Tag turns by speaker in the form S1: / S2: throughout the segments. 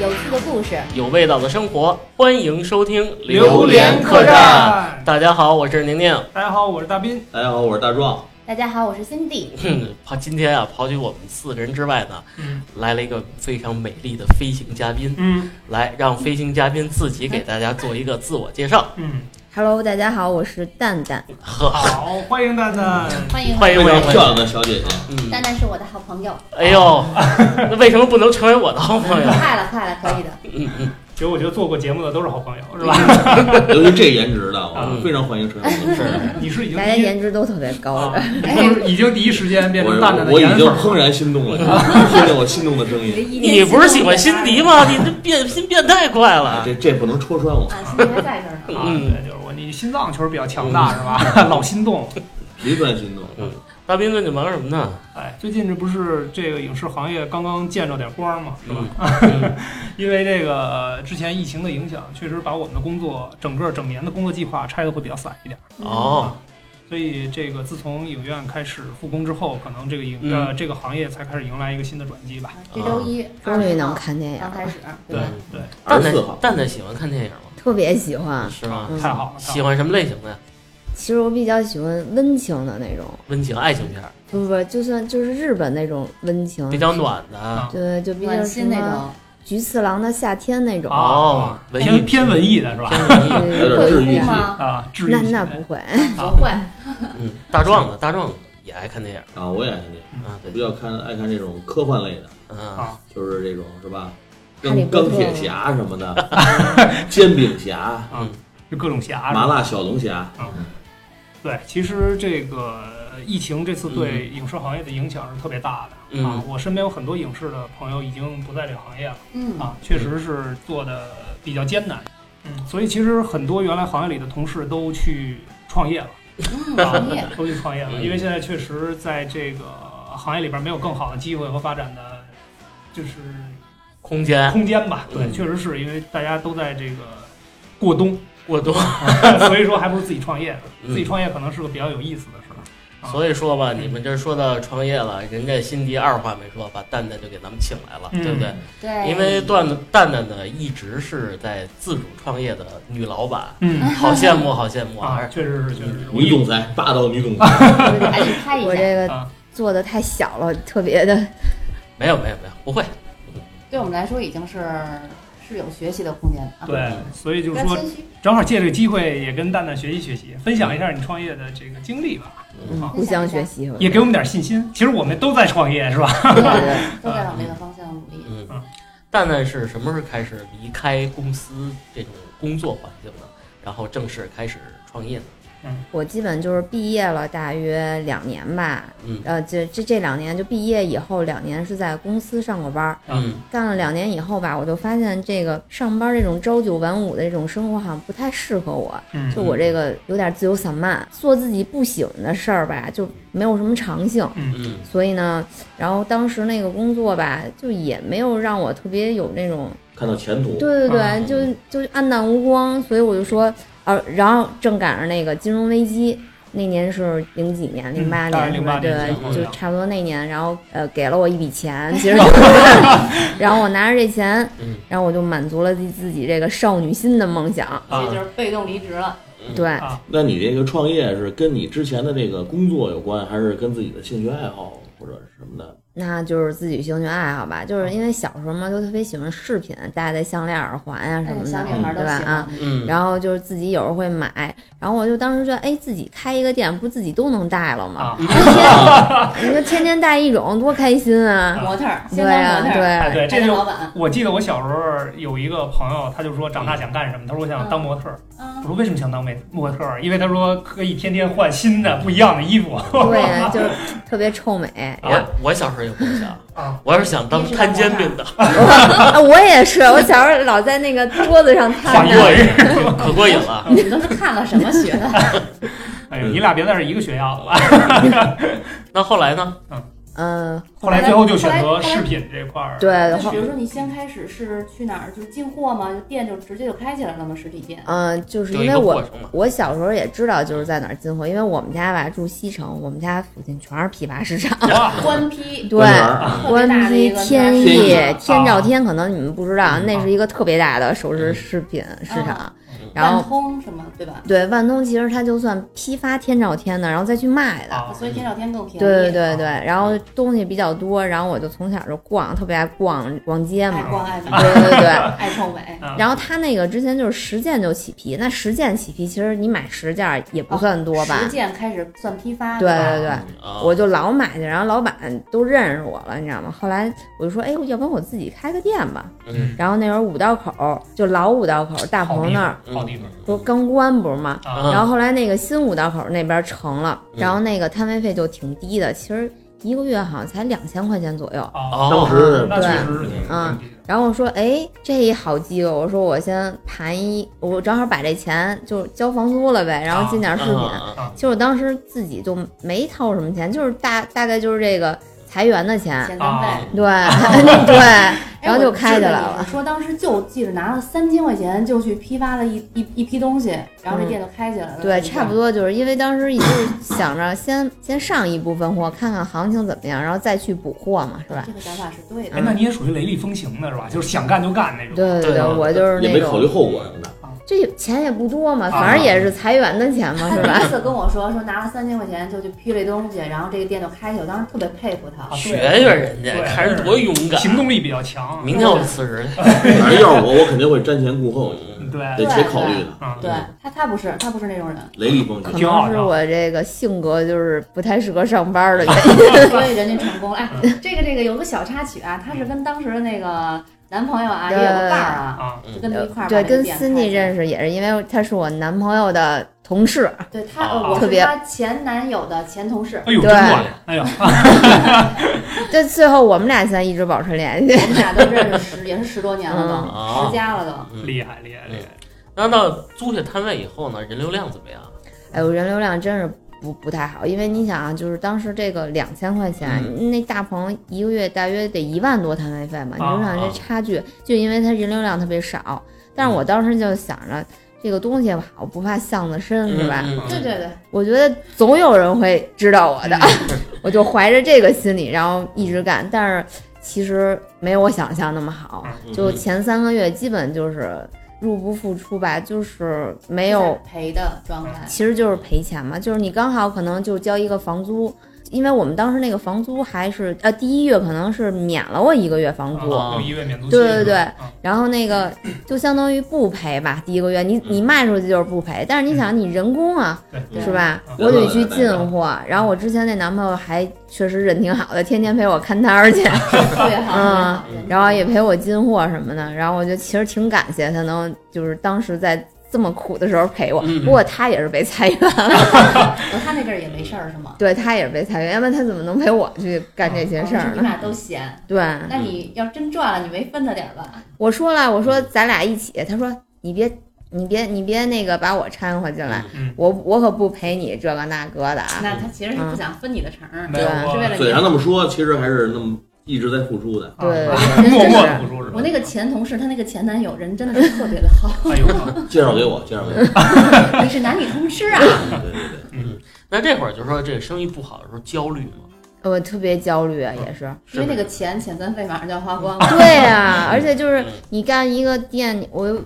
S1: 有趣的故事。
S2: 有味道的生活，欢迎收听
S3: 榴莲客栈。
S2: 大家好，我是宁宁。
S3: 大家好，我是大斌。
S4: 大家好，我是大壮。
S1: 大家好，我是 Cindy。
S2: 哼刨今天啊，刨去我们四个人之外呢，
S3: 嗯
S2: 来了一个非常美丽的飞行嘉宾。
S3: 嗯
S2: 来，让飞行嘉宾自己给大家做一个自我介绍。
S3: 嗯，
S1: Hello，大家好，我是蛋蛋。
S2: 呵，
S3: 好，欢迎蛋蛋。
S1: 欢迎
S2: 欢迎
S4: 非
S2: 欢迎
S4: 常
S2: 欢
S4: 漂
S2: 迎。
S4: 亮的小姐姐，
S1: 蛋
S2: 嗯，
S1: 蛋是我的好朋友。
S2: 哎呦，那为什么不能成为我的好朋友？
S1: 快了，快了，可以的。
S2: 嗯嗯，
S3: 其实我觉得做过节目的都是好朋友，是吧？
S4: 尤其这颜值的，我
S2: 嗯
S4: 非常欢迎陈小姐。
S2: 是
S3: 你是已经
S5: 大家
S3: 第一
S5: 颜值都特别高
S3: 啊
S5: 的，，
S3: 你嗯
S1: 哎
S3: 是已经第一时间变
S4: 我
S3: 成蛋蛋的
S4: 我
S3: 颜
S4: 已经
S3: 粉
S4: 怦
S3: 了。
S4: 然心动了，听见我心动的 声音，
S2: 你不是喜欢辛迪吗？你这变心变太快了。
S4: 啊这这不能戳穿我，
S1: 啊，辛迪还在这儿呢。
S3: 啊，
S4: 嗯
S3: 对，就是我，你心脏确实比较强大，是吧？ 老心动。
S4: 别算心动。
S2: 大斌最近忙什么呢？
S3: 哎，最近这不是这个影视行业刚刚见着点光嘛，是吧？
S2: 嗯
S3: 因为这个呃之前疫情的影响，确实把我们的工作整个整年的工作计划拆的会比较散一点。
S1: 嗯
S2: 哦，
S3: 所以这个自从影院开始复工之后，可能这个影、
S2: 嗯
S3: 呃这个行业才开始迎来一个新的转机吧。
S1: 这周一
S5: 终于能
S1: 20号
S5: 看电影
S1: 刚
S5: 了
S1: 开，始，
S3: 对
S1: 吧？
S3: 对，
S2: 蛋蛋
S4: 24号
S2: 蛋蛋喜欢看电影吗？
S5: 特别喜欢。
S2: 是吗？
S5: 嗯
S3: 太好了，太
S2: 喜
S3: 好
S2: 欢
S3: 了。
S2: 什么类型的呀？
S5: 其实我比较喜欢温情的那种，
S2: 温情爱情片儿，
S5: 不不不，就算就是日本那种温情，
S2: 比较暖
S3: 嗯
S2: 的。啊
S5: 对，就比较
S1: 暖
S5: 什
S1: 心那
S5: 么
S1: 种，
S5: 菊次郎的夏天那种，
S3: 啊
S2: 哦，文艺
S3: 偏偏文艺的是吧？
S2: 偏文艺。
S5: 对
S4: 有点
S1: 会
S4: 治
S1: 哭
S4: 愈系
S1: 吗？
S3: 啊，治愈
S5: 那
S3: 系
S5: 那
S3: 的
S5: 不会，
S3: 啊
S1: 不会，
S2: 嗯，大壮子，大壮子也爱看电影
S4: 啊！我也爱看这，
S2: 啊，
S4: 我
S2: 对
S4: 比，较看爱看这种科幻类的，
S3: 啊
S2: 嗯，
S4: 就是这种是吧？
S5: 哈利
S4: 钢钢
S5: 波特
S4: 铁侠什么的，煎饼侠、
S3: 就各种侠是吧
S4: 麻辣小龙侠，
S3: 对，其实这个呃疫情这次对影视行业的影响是特别大的、
S2: 嗯
S3: 啊！我身边有很多影视的朋友已经不在这个行业了
S1: 嗯，
S3: 啊，确实是做的比较艰难。嗯，所以其实很多原来行业里的同事都去创业了，
S1: 嗯，
S3: 啊
S1: 行 业，
S3: 都去创业了，
S2: 嗯
S3: 因为现在确实在这个行业里边没有更好的机会和发展的，就是
S2: 空间
S3: 空间吧。对，
S2: 嗯
S3: 确实是因为大家都在这个过冬，
S2: 过多，
S3: 啊所以说还不如自己创业，
S2: 嗯
S3: 自己创业可能是个比较有意思的事儿。
S2: 所以说吧，你们这说到创业了，人家辛迪二话没说，把蛋蛋就给咱们请来了，
S3: 嗯
S2: 对不对？
S1: 对，
S2: 因为段子蛋蛋呢，一直是在自主创业的女老板，
S3: 嗯
S2: 好羡慕，好羡慕
S3: 啊，
S2: 啊！
S3: 确实是，确实是。
S4: 女总裁，霸道女总裁，
S1: 哎，你猜一
S5: 我
S1: 下，
S5: 这个
S3: 啊
S5: 做的太小了，特别的
S2: 没有没有没有，不会，
S1: 对我们来说已经是是有学习的空间了啊。
S3: 对，所以就是
S1: 不要
S3: 说，
S1: 谦虚，
S3: 正好借这个机会也跟蛋蛋学习学习，分享一下你创业的这个经历吧，
S2: 嗯
S5: 互相学习吧。
S3: 也给我们点信心。其实我们都在创业，是吧？
S1: 对 都在往这个方向努力。
S2: 嗯，蛋蛋是什么时候开始离开公司这种工作环境的，然后正式开始创业的？
S5: 我基本就是毕业了大约两年吧，
S2: 嗯
S5: 呃，这这这两年就毕业以后两年是在公司上过班儿，
S2: 嗯
S5: 干了两年以后吧，我就发现这个上班这种朝九晚五的这种生活好像不太适合我，
S3: 嗯
S5: 就我这个有点自由散漫，做自己不喜欢的事儿吧，就没有什么长性。
S2: 嗯
S5: 所以呢，然后当时那个工作吧，就也没有让我特别有那种，
S4: 看到前途，
S5: 对对
S3: 啊
S2: 嗯
S5: 对，就就暗淡无光。所以我就说，呃，然后正赶上那个金融危机，那年是零几年，零八
S3: 嗯大概
S5: 年是吧？
S3: 08年
S5: 对
S3: 前后，
S5: 就
S3: 呀
S5: 差不多那年。然后呃，给了我一笔钱，其实， 然后我拿着这钱，
S2: 嗯
S5: 然后我就满足了自自己这个少女心的梦想。
S1: 这就是被动离职了。
S2: 嗯
S5: 对，
S3: 啊，
S4: 那你这个创业是跟你之前的这个工作有关，还是跟自己的兴趣爱好或者什么的？
S5: 那就是自己兴趣爱好吧，就是因为小时候嘛，都特别喜欢饰品，戴的项链、耳环呀、什
S1: 哎，
S5: 么的，
S1: 小女孩都
S5: 嗯对吧？
S1: 喜欢
S5: 啊，
S1: 你。
S2: 嗯，
S5: 然后就是自己有时候会买，然后我就当时觉得，哎，自己开一个店，不自己都能戴了吗？
S3: 啊
S5: 天 天，你说天天戴一种，多开心啊！
S1: 模特儿，
S5: 对
S1: 先当模
S5: 呀、
S1: 特儿，
S3: 哎
S5: 对，
S3: 对，
S1: 还
S3: 这
S1: 是
S3: 就
S1: 老
S3: 是
S1: 板。
S3: 我记得我小时候有一个朋友，他就说
S5: 嗯
S3: 长大想干什么？他说我想当模特儿。我
S1: 嗯，
S3: 说为什么想当模模特儿？因为他说可以天天换新的不一样的衣服。
S5: 对呀、 就是特别臭美。
S2: 我我小时候也不想
S3: 啊，
S2: 我是想当摊煎饼的，
S5: 啊，我也是，我小时候老在那个桌子上
S3: 画
S5: 摊
S3: 一
S5: 着。
S3: 日。
S5: 嗯
S2: 可过瘾了。
S1: 你们都是看了什么学的？
S3: 哎呦，你俩别在这一个学校了吧？
S2: 那后来呢？
S5: 嗯、
S3: 后来最后就选
S1: 后
S3: 择
S1: 来
S3: 饰品这块儿。
S5: 对
S1: 那比如说你先开始是去哪儿，就是进货吗？就店就直接就开起来了吗？实体店？
S5: 嗯、就是
S2: 就
S5: 因
S2: 一
S5: 为
S2: 个
S5: 我
S2: 过程嘛。
S5: 我小时候也知道就是在哪儿进货，因为我们家吧住西城，我们家附近全是批发 市场。
S3: 哇，
S1: 官批，
S5: 对，
S4: 啊
S1: 特别
S5: 关
S1: 大的
S5: 西
S1: 一个啊
S5: 天
S1: 大
S5: 意
S1: 市
S5: 天
S1: 场
S5: 照天，可能你们不知道，
S3: 嗯
S5: 那是一个特别大的首饰饰品市场
S2: 嗯。
S5: 然
S1: 嗯万
S5: 后
S1: 通什么对吧？
S5: 对万通，其实它就算批发天照天的，然后再去卖的。
S3: 啊
S1: 所以天照天更便宜。
S5: 对对对对，然后东西比较多，然后我就从小就逛，特别爱逛逛街
S1: 爱
S5: 嘛。
S1: 逛爱买，
S5: 对对对。
S1: 爱臭美。
S5: 然后他那个之前就是十件就起批，那十件起批，其实你买十件也不算多吧
S1: 实？践开始算批发，
S5: 对
S1: 吧
S5: 对对。
S4: 嗯
S2: 啊，
S5: 我就老买去，然后老板都认识我了，你知道吗？后来我就说，哎，要不然我自己开个店吧。
S2: 嗯
S5: 然后那会儿五道口就老五道口大
S3: 好
S5: 棚
S3: 地
S5: 那儿嗯
S3: 方，好地方
S5: 不是刚关不是吗？
S3: 啊，
S5: 然后后来那个新五道口那边成了，
S2: 嗯
S5: 然后那个摊位费就挺低的，其实一个月好像才两千块钱左右。
S3: 啊，
S2: 哦，
S4: 当时
S3: 那确实是挺
S5: 嗯
S3: 挺低的
S5: 然后我说，哎，这一好机会，我说我先盘一，我正好把这钱就交房租了呗，然后进点饰品。
S2: 啊
S5: 其实我当时自己就没掏什么钱，就是大大概就是这个裁员的钱，
S1: 前三
S3: 啊
S1: 倍。
S5: 对对，然后就开起来
S1: 哎我记得
S5: 了啊
S1: 你。是说当时就记着拿了三千块钱就去批发了一一一批东西，然后这
S5: 嗯
S1: 店就开起来了。
S5: 对，
S1: 是吧
S5: 差不。多就是因为当时也就是想着先先上一部分货，看看行情怎么样，然后再去补货嘛，是吧？
S1: 这个想法是对的
S3: 哎，。那你也属于雷厉风行的是吧？就是想干就干那种。
S5: 对对
S2: 对啊
S5: 我就是
S4: 也
S5: 那
S4: 没考虑
S5: 种，
S4: 后果什么的。
S5: 这钱也不多嘛，
S3: 啊
S5: 反正也是裁员的钱嘛，
S1: 他第
S5: 是
S1: 一
S5: 吧？
S1: 次跟我说，说拿了三千块钱就去批了东西，然后这个店就开起来，我当时特别佩服他
S3: 啊。
S2: 学学人家，
S3: 对
S2: 看人多勇敢。
S3: 行动力比较强。
S2: 明天我就辞职去。
S4: 反正要是我，我肯定会瞻前顾后，
S3: 对
S4: 得且考虑的，
S3: 啊，
S1: 对他，他不是，他不是那种人，
S4: 雷厉风
S5: 可
S4: 行。
S3: 挺好
S5: 能
S3: 的
S5: 是我这个性格就是不太适合上班的原因。
S1: 所以人家成功了。哎，这个这个有个小插曲啊，她是跟当时的那个男朋友啊也有个伴儿啊，
S3: 啊，
S1: 就跟他一块儿
S5: 对，跟
S1: 思
S5: Cindy 认识也是因为他是我男朋友的同事，
S1: 对他，
S2: 啊
S1: 呃我
S5: 特
S1: 是
S5: 别
S1: 他前男友的前同事，
S3: 哎呦，
S5: 对
S3: 真暖，哎呦，
S5: 这最后我们俩现在一直保持联系。
S1: 我们俩都认识十，也是十多年
S5: 嗯
S1: 了都，
S2: 啊
S1: 十，佳了都。
S2: 嗯
S3: 厉害厉害厉害！
S2: 那到租下摊位以后呢，人流量怎么样？
S5: 哎呦，人流量真是不不太好，因为你想啊，就是当时这个两千块钱，那大棚一个月大约得一万多摊位费嘛，你就想这差距，就因为它人流量特别少。但是我当时就想着，这个东西吧，我不怕巷子深，是吧？
S2: 嗯嗯
S1: 对对对，
S5: 我觉得总有人会知道我的， 我就怀着这个心理，然后一直干。但是其实没有我想象那么好，就前三个月基本就是入不敷出吧，就是没有
S1: 赔的状态，
S5: 其实就是赔钱嘛，就是你刚好可能就交一个房租，因为我们当时那个房租还是呃第一月可能是免了我一个月房租，
S2: 啊
S3: 有一位免租期，
S5: 对对对
S3: 啊
S5: 然后那个就相当于不赔吧，第一个月你你卖出去就是不赔，但是你想你人工啊，
S1: 对
S5: 是？吧？
S3: 嗯
S5: 我得去进货，然后我之前那男朋友还确实人挺好的，天天陪我看摊儿去，
S1: 特别好，
S5: 嗯
S1: 特别好
S5: 然后也陪我进货什么的，然后我就其实挺感谢他能就是当时在这么苦的时候陪我，
S2: 嗯
S5: 不过他也是被裁员。
S1: 哦他那阵儿也没事儿是吗？
S5: 对他也是被裁员，要不然他怎么能陪我去干这些事
S1: 哦
S5: 儿
S1: 是你
S5: 呢？
S1: 们俩都闲，
S5: 对，嗯
S1: 那你要真赚了，你没分他点儿吧？
S5: 我说了，我说咱俩一起，他说你别你别你别那个把我掺和进来，
S3: 嗯
S5: 我我可不陪你这个那个的啊。
S1: 那他其实是不想分你的成儿，
S3: 嗯没有
S5: 对
S1: 是为
S3: 我
S1: 了
S4: 嘴上
S1: 你。
S4: 那么说，其实还是那么一直在付出的。
S5: 对对
S3: 啊
S5: 对
S3: 默默
S5: 真
S3: 的
S5: 是
S3: 付出是吧？
S1: 我那个前同事，她那个前男友人真的是特别的 好，
S3: 哎呦，
S4: 介绍给我，介绍给我。
S1: 你是男女通吃啊？
S4: 对对对，
S3: 嗯，
S2: 那这会儿就说这生意不好的时候焦虑吗？
S5: 我特别焦虑啊，也是。
S1: 因为那个钱遣散费马上就要花光了，
S5: 对啊，而且就是
S2: 嗯
S5: 你干一个店，我又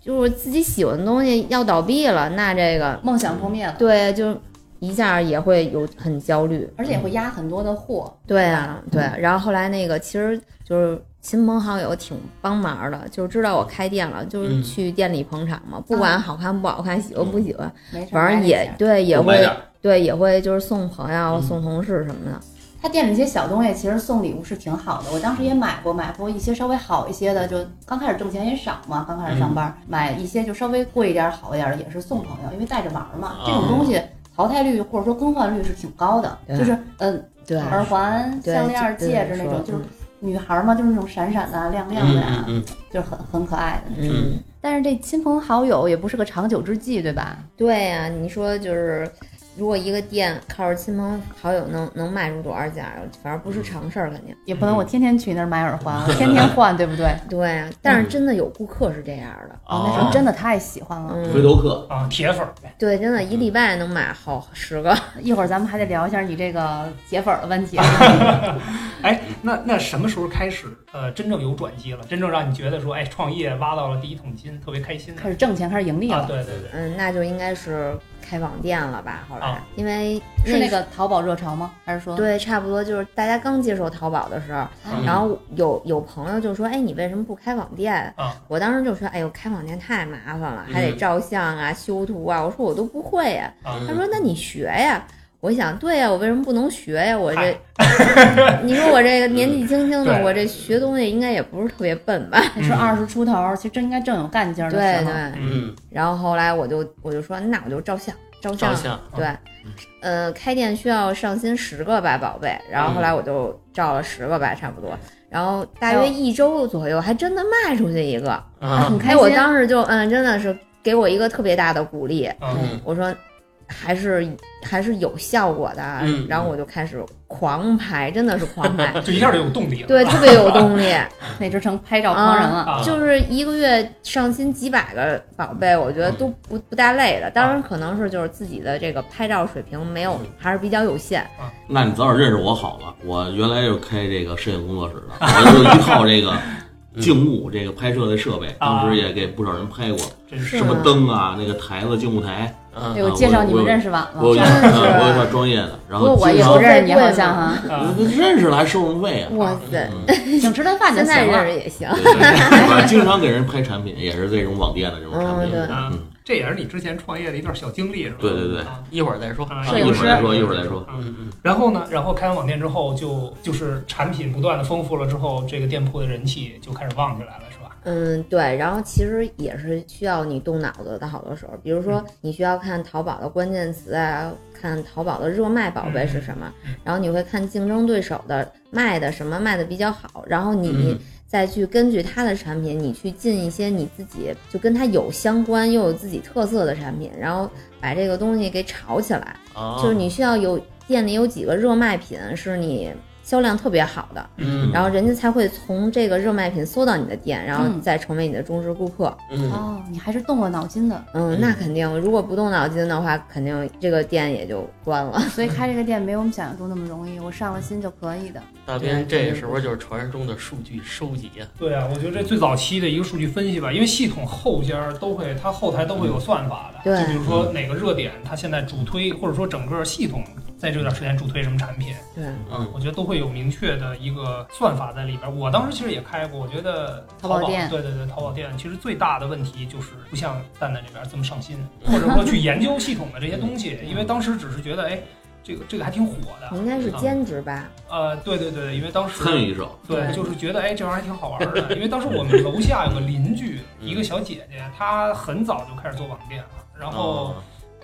S5: 就是我自己喜欢的东西要倒闭了，那这个
S1: 梦想破灭了，
S5: 对就一下也会有很焦虑。
S1: 而且也会压很多的货。
S5: 对啊，对。然后后来那个其实就是亲朋好友挺帮忙的，就是知道我开店了，就是
S2: 嗯
S5: 去店里捧场嘛，不管好看不好看，喜欢不喜欢，
S1: 没事儿，
S5: 反正
S1: 买
S5: 也
S1: 点儿
S5: 对，也
S4: 多买
S5: 会
S4: 点儿
S5: 对也会就是送朋友、
S2: 嗯
S5: 送同事什么的。
S1: 他店里一些小东西，其实送礼物是挺好的。我当时也买过，买过一些稍微好一些的，就刚开始挣钱也少嘛，刚开始上班，买一些就稍微贵一点、好一点的，也是送朋友，因为带着玩儿嘛。
S2: 啊
S1: 这种东西淘汰率或者说更换率是挺高的，
S5: 对
S1: 就是嗯，
S5: 对
S1: 耳环、
S5: 对
S1: 项链儿、
S5: 就
S1: 戒指那种，
S5: 对
S1: 就是女孩儿嘛，就是那种闪闪的啊、亮亮的呀、
S2: 嗯嗯
S1: 就是很很可爱的。
S5: 嗯，
S1: 但是这亲朋好友也不是个长久之计，对吧？
S5: 对呀、你说就是如果一个店靠着亲朋好友能能卖出多少家，反正不是常事儿，肯定。
S1: 也不能我天天去那儿买耳环，我天天换，对不对？
S5: 对啊，但是真的有顾客是这样的，
S1: 哦，那时候
S2: 啊
S1: 真的太喜欢了。
S4: 回
S5: 嗯，
S4: 头客，
S3: 啊，铁粉儿呗，
S5: 对，真的，一礼拜能买好十个。
S1: 一会儿咱们还得聊一下你这个铁粉儿的问题。啊
S4: 啊
S3: 哎，那那什么时候开始呃真正有转机了？真正让你觉得说，哎，创业挖到了第一桶金，特别开心
S1: 开始挣钱，开始盈利
S3: 啊！
S1: 了。
S3: 对对对，
S5: 嗯，那就应该是开网店了吧？后来，
S3: 啊
S5: 因为
S1: 是那
S5: 个
S1: 个淘宝热潮吗？还是说
S5: 对，差不多就是大家刚接受淘宝的时候，
S3: 嗯
S5: 然后有有朋友就说：“哎，你为什么不开网店
S3: 啊？”
S5: 我当时就说：“哎呦，开网店太麻烦了，还得
S2: 嗯
S5: 照相啊、修图啊。”我说：“我都不会呀。”
S3: 啊
S5: 他说：“那你学呀。”我一想，对呀，我为什么不能学呀？我这， 你说我这个年纪轻轻的，
S3: 对
S5: 我这学东西应该也不是特别笨吧？
S1: 那
S4: 嗯
S1: 是二十出头，其实真应该正有干劲儿
S5: 对
S1: 的时候。
S5: 对。
S2: 嗯，
S5: 然后后来我就我就说，那我就照相，照相
S2: 照，相，
S5: 对，呃，开店需要上新十个吧，宝贝。然后后
S2: 嗯
S5: 来我就照了十个吧，差不多。然后大约一周左右，还真的卖出去一个。
S1: 啊
S2: 啊，
S1: 很
S5: 哎，
S1: 开
S5: 我
S1: 心。
S5: 当时就嗯，真的是给我一个特别大的鼓励。
S3: 啊
S2: 嗯
S5: 我说还是还是有效果的。
S2: 嗯
S5: 然后我就开始狂拍，真的是狂 拍
S3: 嗯，就一下就有动力了。
S5: 对，特别有动力。
S1: 那只成拍照狂人了。
S3: 啊，
S5: 就是一个月上新几百个宝贝，我觉得都不不大累的。当然，可能是就是自己的这个拍照水平没有，还是比较有限。
S4: 那你早点认识我好了。我原来就开这个摄影工作室的，我就有一套这个静物这个拍摄的设备，当时也给不少人拍过，
S3: 真是
S5: 是
S4: 什么
S5: 吗
S4: 灯啊，那个台子、静物台，
S2: 嗯
S1: 对，我介绍你们认识晚
S4: 啊我
S1: 了。
S4: 有一套，
S5: 真哦
S4: 嗯
S5: 是
S4: 我有一套专业的，然
S1: 不过
S4: 后
S1: 我
S4: 经
S1: 也
S4: 常
S1: 不认识你，好像哈，
S3: 啊，
S4: 认识了还收人费啊。
S5: 哇塞，
S4: 嗯
S1: 请吃顿饭就
S5: 现在
S1: 行
S5: 认
S1: 了。
S5: 识也行。
S4: 对对对我经常给人拍产品，也是这种网店的这种产品。
S5: 嗯对
S4: 嗯，
S3: 啊这也是你之前创业的一段小经历，是吧？
S4: 对对对
S3: 啊
S2: 一会儿再说，
S3: 啊
S1: 摄
S4: 一
S1: 影
S4: 会
S1: 师
S4: 儿再说，一会儿再说。
S2: 嗯嗯，
S3: 然后呢，然后开完网店之后就，就是产品不断的丰富了之后，这个店铺的人气就开始旺起来了，是吧？
S5: 嗯，对。然后其实也是需要你动脑子的，好多时候，比如
S3: 嗯
S5: 说你需要看淘宝的关键词啊，看淘宝的热卖宝贝是什么
S3: 嗯，
S5: 然后你会看竞争对手的卖的什么卖的比较好，然后你
S2: 嗯
S5: 再去根据他的产品，你去进一些你自己就跟他有相关又有自己特色的产品，然后把这个东西给炒起来。
S2: 啊，
S3: 哦
S5: 就是你需要有店里有几个热卖品是你销量特别好的。
S2: 嗯，
S5: 然后人家才会从这个热卖品搜到你的店，然后
S1: 嗯
S5: 再成为你的忠实顾客。
S2: 嗯
S1: 哦，你还是动了脑筋的，
S5: 嗯，那肯定，如果不动脑筋的话，肯定这个店也就关了。
S1: 所以开这个店没有我们想象中那么容易，我上了心就可以的。
S2: 大编这是不是就是传说中的数据收集啊？
S3: 对啊，我觉得这最早期的一个数据分析吧，因为系统后边儿都会，它后台都会有算法的。
S5: 对
S3: 就比如说哪个热点，它现在主推，或者说整个系统在这段时间主推什么产品，
S5: 对，
S2: 嗯
S3: 我觉得都会有明确的一个算法在里边儿。我当时其实也开过，我觉得
S1: 淘
S3: 宝
S1: 宝店
S3: 对对对，淘宝店其实最大的问题就是不像蛋蛋这边儿这么上心，或者说去研究系统的这些东西，因为当时只是觉得，哎，这个这个还挺火的。
S5: 你应该是兼职吧？
S3: 呃，对对对，因为当时
S4: 参与一手，
S3: 对，
S5: 对
S3: 就是觉得哎，这玩意儿还挺好玩儿 的。因为当时我们楼下有个邻居，
S2: 嗯
S3: 一个小姐姐，她很早就开始做网店了，然后
S2: 啊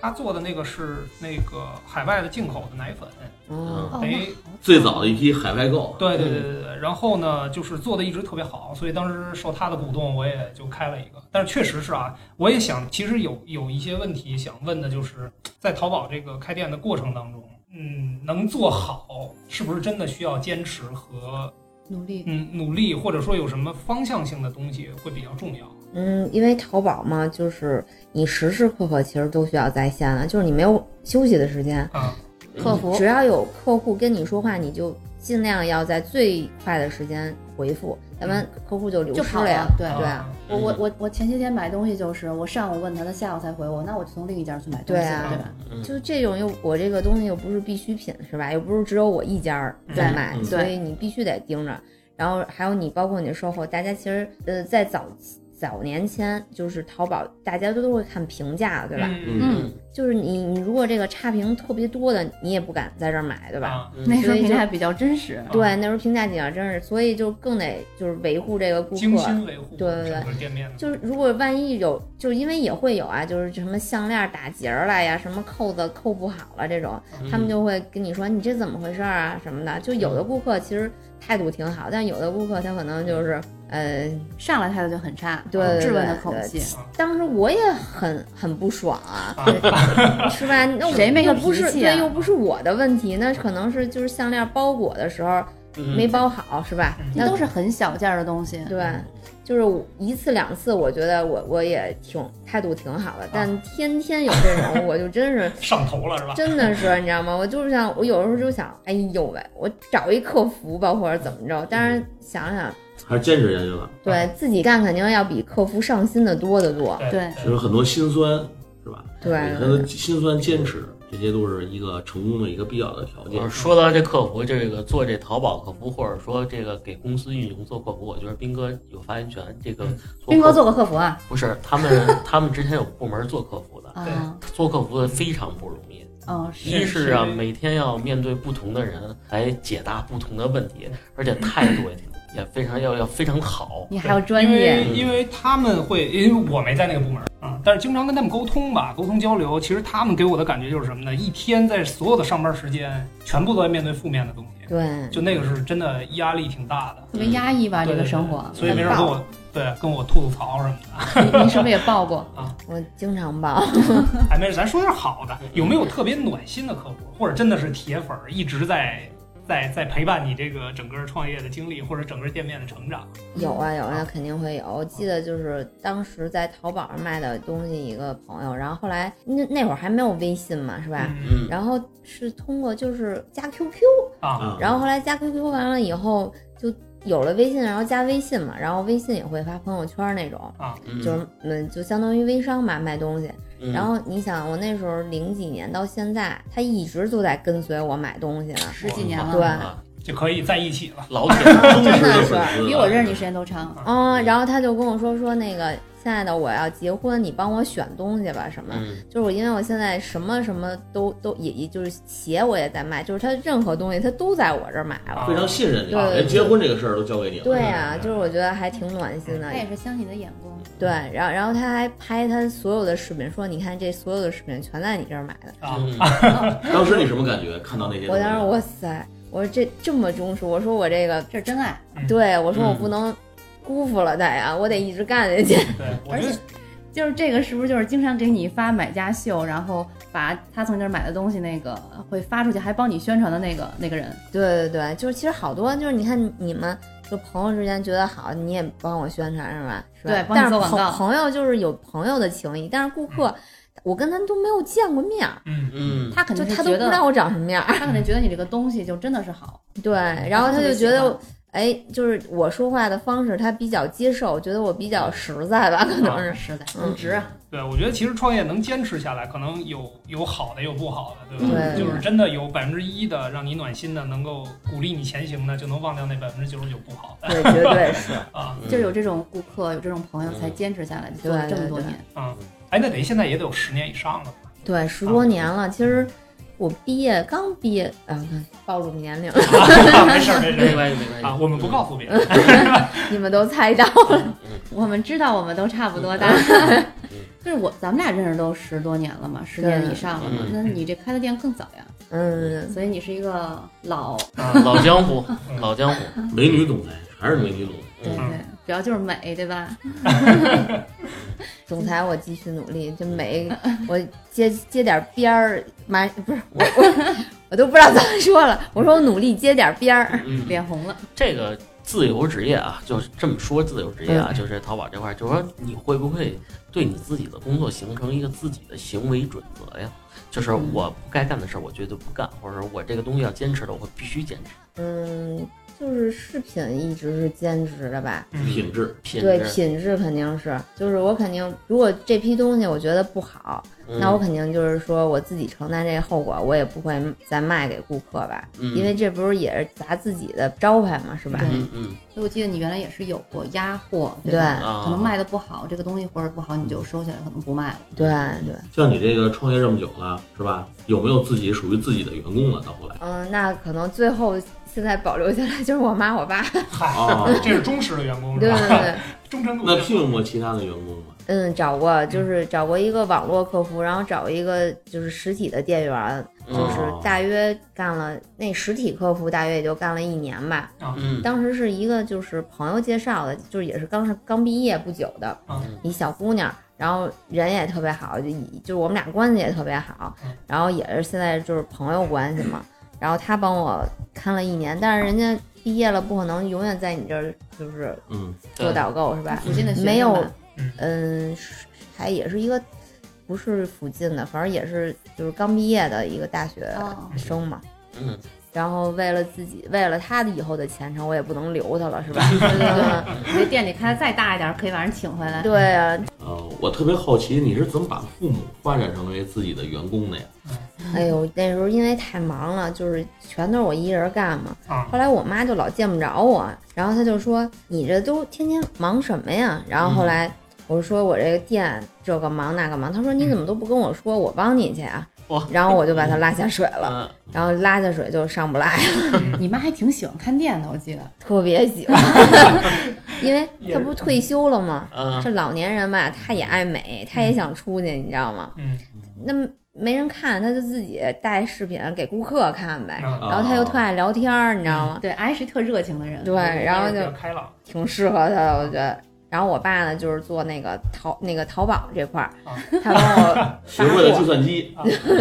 S3: 她做的那个是那个海外的进口的奶粉，
S2: 嗯
S5: 哦，
S1: 哦，
S3: 哎，
S4: 最早的一批海外购，
S3: 对对对对对。然后呢，就是做的一直特别好，所以当时受她的鼓动，我也就开了一个。但是确实是啊，我也想，其实有有一些问题想问的，就是在淘宝这个开店的过程当中。嗯，能做好是不是真的需要坚持和
S1: 努力。
S3: 嗯，努力或者说有什么方向性的东西会比较重要。
S5: 嗯，因为淘宝嘛，就是你时时刻刻其实都需要在线了，就是你没有休息的时间。
S3: 啊，
S1: 客服
S5: 只要有客户跟你说话，你就尽量要在最快的时间回复，要不然客户就流
S1: 嗯就
S5: 失
S1: 跑
S5: 呀
S1: 了。对
S5: 对啊，
S1: 我我我我前些天买东西就是，我上午问他，他下午才回我，那我就从另一家去买东西，
S5: 对啊
S1: 对吧？
S2: 嗯
S5: 就这种又我这个东西又不是必需品是吧？又不是只有我一家儿在卖，
S4: 嗯
S5: 所以你必须得盯着。然后还有你包括你的售后，大家其实呃在早早年前就是淘宝，大家都都会看评价的，对吧？
S3: 嗯，
S4: 嗯，
S1: 嗯，
S5: 就是你你如果这个差评特别多的，你也不敢在这儿买，对吧？
S3: 啊，
S2: 嗯
S1: 那时候
S5: 所以就
S1: 评价比较真实。
S5: 对，那时候评价几啊，真是，所以就更得就是维护这个顾
S3: 精
S5: 客。
S3: 心维护
S5: 对对对
S3: 整个店面的。
S5: 就是如果万一有，就是因为也会有啊，就是什么项链打结儿了呀，什么扣子扣不好了这种，他们就会跟你说你这怎么回事儿啊什么的。就有的顾客其实态度挺好，但有的顾客他可能就是呃，
S1: 上来态度就很差，
S5: 对对对
S1: 质问的口气，
S5: 当时我也很很不爽啊，
S3: 啊
S5: 是吧？那我
S1: 谁没个
S5: 又不是
S1: 脾气啊
S5: 对，又不是我的问题，那可能是就是项链包裹的时候没
S2: 嗯，
S5: 包好，是吧
S3: 嗯？
S1: 这
S5: 那
S1: 都是很小件儿的东西。
S5: 对，就是我一次两次，我觉得我我也挺态度挺好的，但天天有这种，我就真是
S3: 上头了是吧？
S5: 真的是，你知道吗？我就是想，我有时候就想，哎呦喂，我找一客服吧，或者怎么着。但
S3: 嗯
S5: 是想想，
S4: 还是坚持下去了。
S5: 对自己干肯定要比客服上心的多得多。
S1: 对
S4: 其实很多心酸，是吧？
S5: 对
S4: 每个人的心酸、坚持，这些都是一个成功的一个必要的条件
S2: 呃。说到这客服，这个做这淘宝客服，或者说这个给公司运营做客服，我觉得斌哥有发言权。这个
S3: 嗯
S2: 做
S1: 斌哥
S2: 客
S1: 做过客服啊？
S2: 不是他们，他们之前有部门做客服的，
S1: 啊，
S2: 做客服的非常不容易。
S1: 哦，
S2: 一
S1: 是
S2: 是啊，
S3: 是
S2: 每天要面对不同的人来解答不同的问题，而且态度也挺也非常要要非常好。
S1: 你还有专业，
S3: 因为因为他们会，因为我没在那个部门啊，但是经常跟他们沟通吧，沟通交流。其实他们给我的感觉就是什么呢？一天在所有的上班时间，全部都在面对负面的东西，
S5: 对，
S3: 就那个是真的压力挺大的。
S1: 特别压抑吧，
S3: 对
S1: 这个
S3: 对对
S1: 生活。
S3: 所以没事跟我对跟我吐吐槽什么的。
S1: 你你是不是也报过？
S5: 我经常报。
S3: 哎，没事，咱说点好的，有没有特别暖心的客户，或者真的是铁粉儿一直在在在陪伴你这个整个创业的经历，或者整个店面的成长？
S5: 有啊有啊，肯定会有。我记得就是当时在淘宝上卖的东西，一个朋友，然后后来那那会儿还没有微信嘛，是吧？
S3: 嗯
S2: 嗯，
S5: 然后是通过就是加 QQ，
S3: 啊，
S4: 啊，
S5: 嗯然后后来加 QQ 完了以后就有了微信，然后加微信嘛，然后微信也会发朋友圈那种，
S2: 嗯
S5: 就是嗯，就相当于微商嘛，卖东西。
S2: 嗯
S5: 然后你想，我那时候零几年到现在，他一直都在跟随我买东西 呢。
S1: 十几年了，
S5: 对
S2: 啊
S3: 就可以在一起了。
S2: 老铁了，
S4: 忠实
S5: 真的
S4: 的
S5: 是
S4: 粉丝，
S1: 比我认识你时间都长。
S5: 嗯，然后他就跟我说说那个，亲爱的，我要结婚，你帮我选东西吧，什么？
S2: 嗯
S5: 就是我，因为我现在什么什么都都也，也就是鞋我也在卖，就是他任何东西他都在我这儿买了。
S4: 啊非常
S3: 啊
S4: 信任你，
S5: 对
S4: 连结婚这个事儿都交给你了。
S5: 对呀、就是我觉得还挺暖心的
S1: 嗯他。也是相信你的眼光，
S5: 对，然后然后他还拍他所有的视频，说你看这所有的视频全在你这儿买的。
S3: 啊，
S2: 嗯
S4: 当时你什么感觉？看到那些东
S5: 我
S4: 西，
S5: 当时哇塞，我说这这么忠实，我说我这个，
S1: 这是真爱。
S5: 对我说我
S2: 嗯
S5: 不能辜负了他呀，我得一直干下去。
S3: 对，我
S1: 而
S3: 觉
S1: 且
S3: 得
S1: 就是这个是不是就是经常给你发买家秀，然后把他从你那儿买的东西那个会发出去，还帮你宣传的那个那个人？
S5: 对对对，就是其实好多就是你看你们就朋友之间觉得好，你也帮我宣传是吧？是吧
S1: 对帮你
S5: 但是
S1: 做广
S5: 朋
S1: 告
S5: 朋友就是有朋友的情谊，但是顾客我跟他都没有见过面儿，
S3: 嗯，
S2: 嗯，
S1: 他肯
S5: 就
S1: 定是
S5: 他都
S1: 觉
S5: 不知
S1: 得，
S5: 道我长什么样儿。
S1: 他肯定觉得你这个东西就真的是好，
S5: 对，然嗯后他就觉
S1: 嗯特别喜
S5: 得
S1: 欢。
S5: 哎，就是我说话的方式，他比较接受，觉得我比较实在吧，可能是。
S1: 实在
S5: 嗯
S1: 很值啊。
S3: 对，我觉得其实创业能坚持下来，可能有有好的，有不好的，对吧？
S5: 对
S3: 就是真的有百分之一的让你暖心的，能够鼓励你前行的，就能忘掉那百分之九十九不好
S5: 对，绝对是。
S3: 的啊。
S2: 嗯
S1: 就是有这种顾客，有这种朋友才坚持下来，做了这么多
S5: 嗯对对
S1: 年。
S3: 哎，那得现在也得有十年以上了吧。
S5: 对，十多年了。其实我毕业刚毕业，啊，暴露年龄了，
S3: 啊没事儿，没事
S2: 没
S3: 儿
S2: 关系没关系
S3: 啊，我们不告诉别人。
S5: 你们都猜到了。
S1: 我们知道我们都差不多
S5: 嗯
S1: 大， 就是我咱们俩认识都十多年了嘛，十年以上了嘛。
S2: 嗯
S1: 那你这开的店更早呀，
S5: 嗯，
S1: 所以你是一个老
S3: 啊
S2: 老江 湖，老江湖，
S5: 嗯
S4: 美女总裁还是美女总裁。
S1: 对对，主要就是美对吧？
S5: 总裁，我继续努力。这每我接接点边儿，妈不是我我我都不知道怎么说了。我说我努力接点边儿。
S2: 嗯，
S1: 脸红了，
S2: 这个自由职业啊，就是这么说自由职业啊，
S5: 嗯
S2: 就是淘宝这块儿，就是说你会不会对你自己的工作形成一个自己的行为准则呀？就是
S5: 嗯
S2: 我不该干的事儿，我绝对不干，或者说我这个东西要坚持的，我必须坚持。
S5: 嗯，就是饰品一直是坚持的吧。
S4: 品质，
S2: 品
S5: 对
S2: 质，
S5: 品质肯定是，就是我肯定，如果这批东西我觉得不好，
S2: 嗯
S5: 那我肯定就是说我自己承担这个后果，我也不会再卖给顾客吧，
S2: 嗯
S5: 因为这不是也是砸自己的招牌嘛，是吧？
S1: 对
S2: 嗯嗯
S1: 所以我记得你原来也是有过压货，
S5: 对
S1: 吧？
S2: 啊
S1: 可能卖的不好，这个东西或者不好，你就收起来，可能不卖了。
S5: 对对，
S4: 像你这个创业这么久了，是吧？有没有自己属于自己的员工了？到后来，
S5: 嗯，那可能最后现在保留下来就是我妈我爸，
S3: 嗨
S4: 哦，
S3: 这是忠实的员工
S5: 对
S3: 是吧？
S5: 对对。
S3: 忠诚度
S4: 那聘用过其他的员工吗？
S5: 嗯，找过，就是找过一个网络客服，然后找一个就是实体的店员，
S2: 嗯
S5: 就是
S4: 哦
S5: 大约干了那实体客服大约也就干了一年吧。
S2: 嗯
S5: 当时是一个就是朋友介绍的，就是也是刚上刚毕业不久的
S3: 嗯
S5: 一小姑娘，然后人也特别好，就以就我们俩关系也特别好
S3: 嗯，
S5: 然后也是现在就是朋友关系嘛。然后她帮我看了一年，但是人家毕业了，不可能永远在你这儿就是
S4: 嗯，
S5: 做导购哦是吧？
S1: 附近的学生
S5: 没有
S1: 吧，
S5: 嗯，是还也是一个不是附近的，反正也是就是刚毕业的一个大学
S1: 哦
S5: 生嘛。
S2: 嗯，
S5: 然后为了自己，为了他的以后的前程，我也不能留他了，是吧？对啊
S1: 这嗯店里开的再大一点，可以把人请回来。
S5: 对啊，
S4: 呃，我特别好奇你是怎么把父母发展成为自己的员工的呀？
S5: 哎呦，那时候因为太忙了，就是全都是我一人干嘛。
S3: 啊，
S5: 后来我妈就老见不着我，然后她就说：“你这都天天忙什么呀？”然后后
S2: 嗯
S5: 来我说：“我这个店这个忙那个忙。”她说：“你怎么都不跟我说，我帮你去啊
S2: 嗯哇？”
S5: 然后我就把她拉下水 了。
S2: 嗯
S5: 然后拉下水就上不来，
S3: 嗯
S1: 你妈还挺喜欢看店的，我记得。
S5: 特别 喜欢，因为他不是退休了吗？
S2: 嗯
S5: 这老年人吧，他也爱美，他也想出去，你知道吗？
S3: 嗯
S5: 那么没人看，他就自己带视频给顾客看呗。
S3: 啊，
S5: 然后他
S4: 哦
S5: 又特爱聊天儿，你知道吗？
S1: 对，还是一特热情的人。
S5: 对，然后
S3: 比较
S5: 就
S3: 开朗，
S5: 挺适合他的，我觉得。然后我爸呢，就是做那个淘那个淘宝这块儿
S3: 啊，
S5: 他帮我
S4: 学会了计
S5: 发货。
S4: 算机，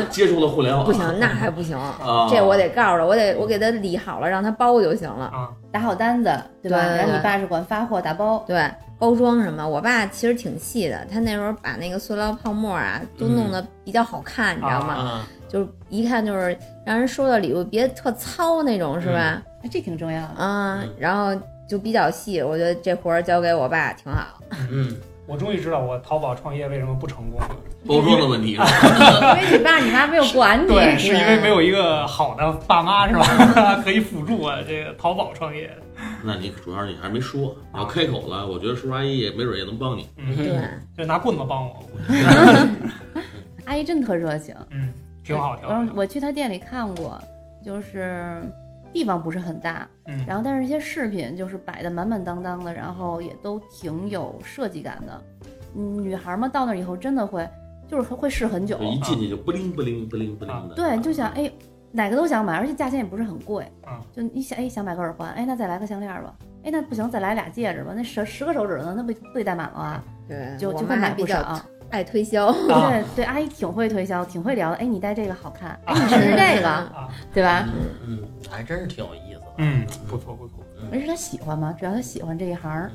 S4: 接触了互联网，
S5: 不行，那还不行，
S4: 啊，
S5: 这我得告诉他，我得我给他理好了，让他包就行了。
S3: 啊，
S1: 打好单子，对吧？
S5: 对对对
S1: 然后你爸是管发货打包，
S5: 对，包装什么，我爸其实挺细的，他那时候把那个塑料泡沫啊都弄得比较好看，你知道吗？
S2: 啊
S5: 就是一看就是让人收到礼物别特糙那种，是吧？
S1: 哎这挺重要的。
S5: 啊、
S2: 嗯
S5: 然后就比较细，我觉得这活儿交给我爸挺好。
S2: 嗯，
S3: 我终于知道我淘宝创业为什么不成功了，
S4: 包装的问题是吧，
S5: 啊
S1: 因为你爸你妈没有管 你，
S5: 嗯
S3: 对，是因为没有一个好的爸妈是吧？ 可以辅助我这个淘宝创业，
S4: 那你主要是你还没说，你要开口了，我觉得叔叔阿姨也没准也能帮你。
S5: 对，
S3: 嗯，就拿棍子帮我，我
S1: 阿姨真特热情。
S3: 嗯，挺好，挺
S1: 然后
S5: 嗯
S3: 好，
S1: 我去她店里看过，就是地方不是很大，
S3: 嗯
S1: 然后但是一些饰品就是摆的满满当当的，然后也都挺有设计感的。嗯，女孩嘛，到那以后真的会，就是会试很久
S4: 就。一进去就不灵不灵不灵不灵的。
S1: 对，就想哎，哪个都想买，而且价钱也不是很贵
S3: 嗯。
S1: 就你想哎，想买个耳环，哎，那再来个项链吧。哎，那不行，再来俩戒指吧。那十十个手指头，那不不得戴满了啊？
S5: 对，
S1: 就
S5: 我
S1: 就
S5: 妈
S1: 会买
S5: 比
S1: 不
S5: 较
S1: 少。
S5: 爱推销。
S3: 啊
S1: 对对，阿姨挺会推销，挺会聊的。哎，你戴这个好看，哎，你试试这个，
S3: 啊，
S1: 对吧？
S2: 嗯嗯，还真是挺有意思的。
S3: 嗯，不错不错，
S1: 而是他喜欢嘛，只要他喜欢这一行儿，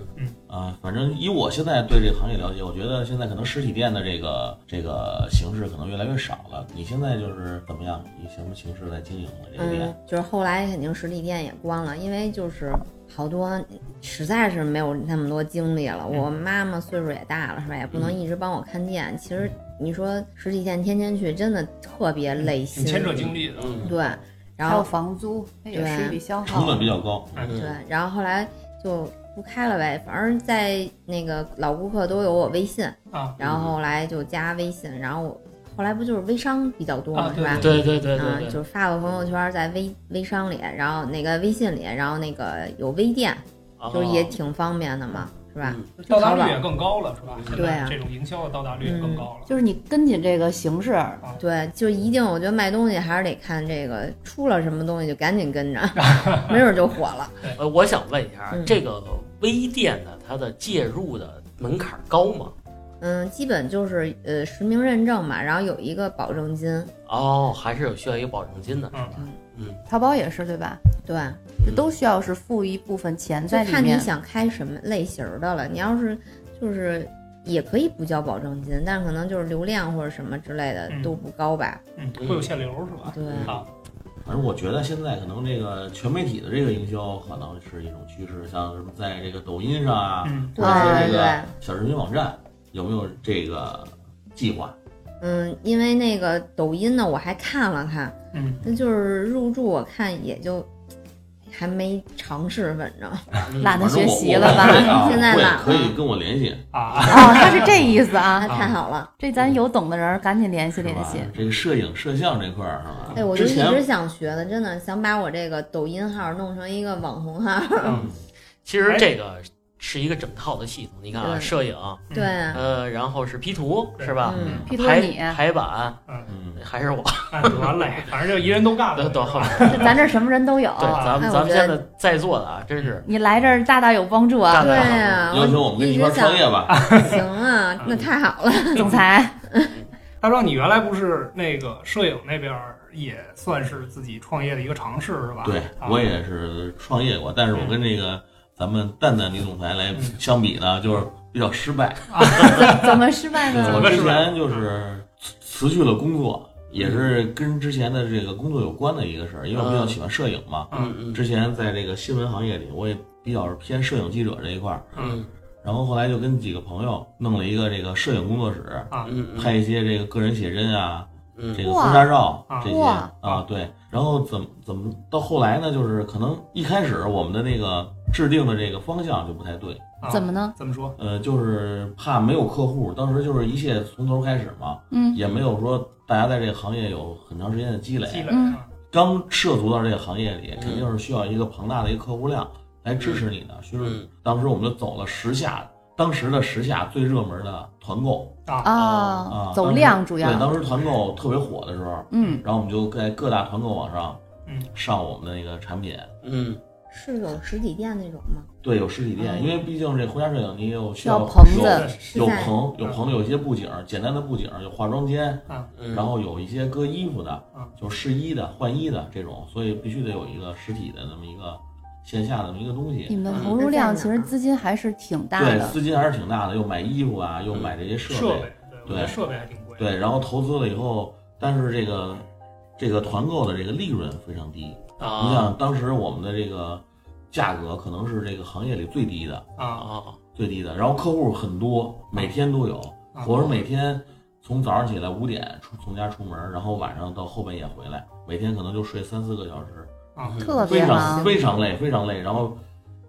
S4: 啊，反正以我现在对这个行业了解，我觉得现在可能实体店的这个这个形式可能越来越少了。你现在就是怎么样，以什么形式在经营了这个
S5: 嗯
S4: 店？，
S5: 就是后来肯定实体店也关了，因为就是好多实在是没有那么多精力了。
S3: 嗯
S5: 我妈妈岁数也大了，是吧？也不能一直帮我看店。其实你说实体店天天去，真的特别累
S3: 挺
S5: 心。
S3: 嗯牵扯精力的，
S2: 嗯
S5: 对，然
S1: 还有
S5: 后
S1: 房租，那也是一笔
S5: 嗯
S1: 消
S4: 成
S1: 耗
S4: 本。比较高，
S5: 对
S2: 嗯，
S5: 然后后来就不开了呗。反正在那个老顾客都有我微信，
S3: 啊
S5: 然后后来就加微信，然后我后来不就是微商比较多嘛，
S3: 啊
S5: 是吧？
S2: 对对对对
S5: 嗯，
S2: 对，
S5: 就是发个朋友圈在微微商里，然后那个微信里，然后那个有微店，
S2: 啊
S5: 就是
S2: 哦
S5: 也挺方便的嘛，是吧？
S2: 嗯
S3: 到达率也更高了是吧？
S5: 对啊
S3: 这种营销的到达率也更高了，
S1: 就是你跟紧这个形式，
S5: 对，就一定，我觉得卖东西还是得看这个出了什么东西就赶紧跟着，没准就火了。
S2: 呃，我想问一下啊
S5: 嗯，
S2: 这个微店呢，它的介入的门槛高吗？
S5: 嗯，基本就是呃实名认证嘛，然后有一个保证金，
S2: 哦，还是有需要一个保证金
S4: 嗯
S2: 的，是吧？嗯
S1: 淘宝也是对吧？
S5: 对，
S1: 就都需要是付一部分钱
S5: 就
S1: 在里
S5: 看你
S1: 面。
S5: 想开什么类型儿的了。你要是就是也可以不交保证金，但是可能就是流量或者什么之类的
S3: 嗯
S5: 都不高吧。
S3: 嗯，会有限流是吧？
S2: 嗯
S5: 对，
S3: 啊，
S4: 反正我觉得现在可能这个全媒体的这个营销可能是一种趋势，像什么在这个抖音上啊，
S3: 嗯
S4: 或者是
S5: 对
S4: 这
S5: 对
S4: 个。小视频网站，有没有这个计划？
S5: 嗯，因为那个抖音呢，我还看了看，
S3: 嗯，
S5: 那就是入驻，我看也就还没尝试，反正
S2: 嗯
S1: 懒得
S4: 反正
S1: 学
S4: 我
S1: 习了吧？
S4: 我会啊
S5: 现在嗯
S4: 会
S5: 懒了
S4: 可以跟我联系，
S3: 啊，
S1: 哦，他是这意思啊，
S5: 啊，太好了。
S1: 这咱有懂的人儿赶紧联系
S4: 是
S1: 联
S4: 吧
S1: 系。？
S4: 这个摄影摄像这块儿是吧？
S5: 哎，我就
S4: 之
S5: 一
S4: 前
S5: 直想学的，嗯真的想把我这个抖音号弄成一个网红号。
S3: 嗯
S4: 哎
S2: 其实这个是一个整套的系统。你看啊，
S5: 对
S2: 摄影，
S5: 对啊，
S2: 呃，然后是 P 图
S3: 对
S2: 是吧？
S5: 嗯，
S1: P 图
S2: 排
S1: 你，
S2: 排版
S4: 嗯，
S2: 还是我，
S3: 哎，完了，反正就一人都干了。
S2: 都都后来，
S1: 咱这什么人都有。
S2: 对，咱们
S5: 哎
S2: 咱
S5: 我
S2: 们
S5: 觉得
S2: 现在在座的啊，真是
S1: 你来这儿大大有帮助啊，
S2: 大
S5: 对
S2: 大
S5: 啊，
S4: 要求嗯我们跟你一块儿创业吧，
S5: 行啊，那太好了，
S1: 总裁。
S3: 大壮，你原来不是那个摄影那边儿也算是自己创业的一个尝试是吧？
S4: 对
S3: 啊
S4: 我也是创业过，但是我跟这个咱们蛋蛋女总裁来
S3: 嗯
S4: 相比呢，就是比较失败。
S1: 怎怎么失败
S4: 我
S1: 呢？
S3: 个
S4: 之
S3: 失败
S4: 前就是辞辞去了工作，也是跟之前的这个工作有关的一个事儿，因为我比较喜欢摄影嘛。
S2: 嗯嗯
S4: 之前在这个新闻行业里，我也比较是偏摄影记者这一块儿，
S2: 嗯
S4: 然后后来就跟几个朋友弄了一个这个摄影工作室，
S3: 啊，
S2: 嗯嗯
S4: 拍一些这个个人写真啊，
S2: 嗯
S4: 这个
S1: 哇
S4: 婚纱照
S3: 啊
S4: 这些
S1: 哇
S4: 啊，对。然后怎么怎么到后来呢？就是可能一开始我们的那个制定的这个方向就不太对，
S3: 啊
S1: 怎么呢？
S3: 怎么说？
S4: 呃，就是怕没有客户，当时就是一切从头开始嘛，
S1: 嗯
S4: 也没有说大家在这个行业有很长时间的积累。
S3: 积累
S1: 嗯
S3: 啊
S4: 刚涉足到这个行业里
S2: 嗯，
S4: 肯定是需要一个庞大的一个客户量来支持你的。所以说
S2: 嗯
S4: 当时我们就走了时下，当时的时下最热门的团购
S3: 啊
S1: 啊
S4: 啊，，
S1: 走
S4: 当时
S1: 量主要
S4: 对，。当时团购特别火的时候，
S1: 嗯，
S4: 然后我们就在各大团购网上
S3: 嗯
S4: 上我们的那个产品。
S2: 嗯
S5: 是有实体店那种吗？
S4: 对，有实体店，
S3: 嗯
S4: 因为毕竟这婚纱摄影，你有需
S1: 要
S4: 有
S1: 棚子
S3: 是
S4: 有
S5: 是在
S4: 棚，有
S3: 嗯
S4: 棚，有一些布景，简单的布景，有化妆间，
S2: 嗯，
S4: 然后有一些搁衣服的
S3: 嗯，
S4: 就试衣的、换衣的这种，所以必须得有一个实体的那么一个线下的那么一个东
S1: 你
S4: 西。
S1: 们的投入
S5: 嗯
S1: 量其实资金还是挺大
S4: 对，
S1: 的。
S4: 资金还是挺大的，又买衣服啊，又买这些
S3: 嗯设
S4: 备，
S3: 备，对，我觉得设备还挺贵。
S4: 对，然后投资了以后，但是这个这个团购的这个利润非常低。你
S2: 啊
S4: 想当时我们的这个价格可能是这个行业里最低的，
S3: 啊，
S2: 啊
S4: 最低的，然后客户很多，每天都有。
S3: 啊
S4: 我是每天从早上起来五点出从家出门，然后晚上到后半夜回来，每天可能就睡三四个小时，
S3: 啊
S2: 嗯
S1: 特嗯
S4: 非
S1: 别
S4: 常
S1: 忙，
S4: 非常累，非常累。然后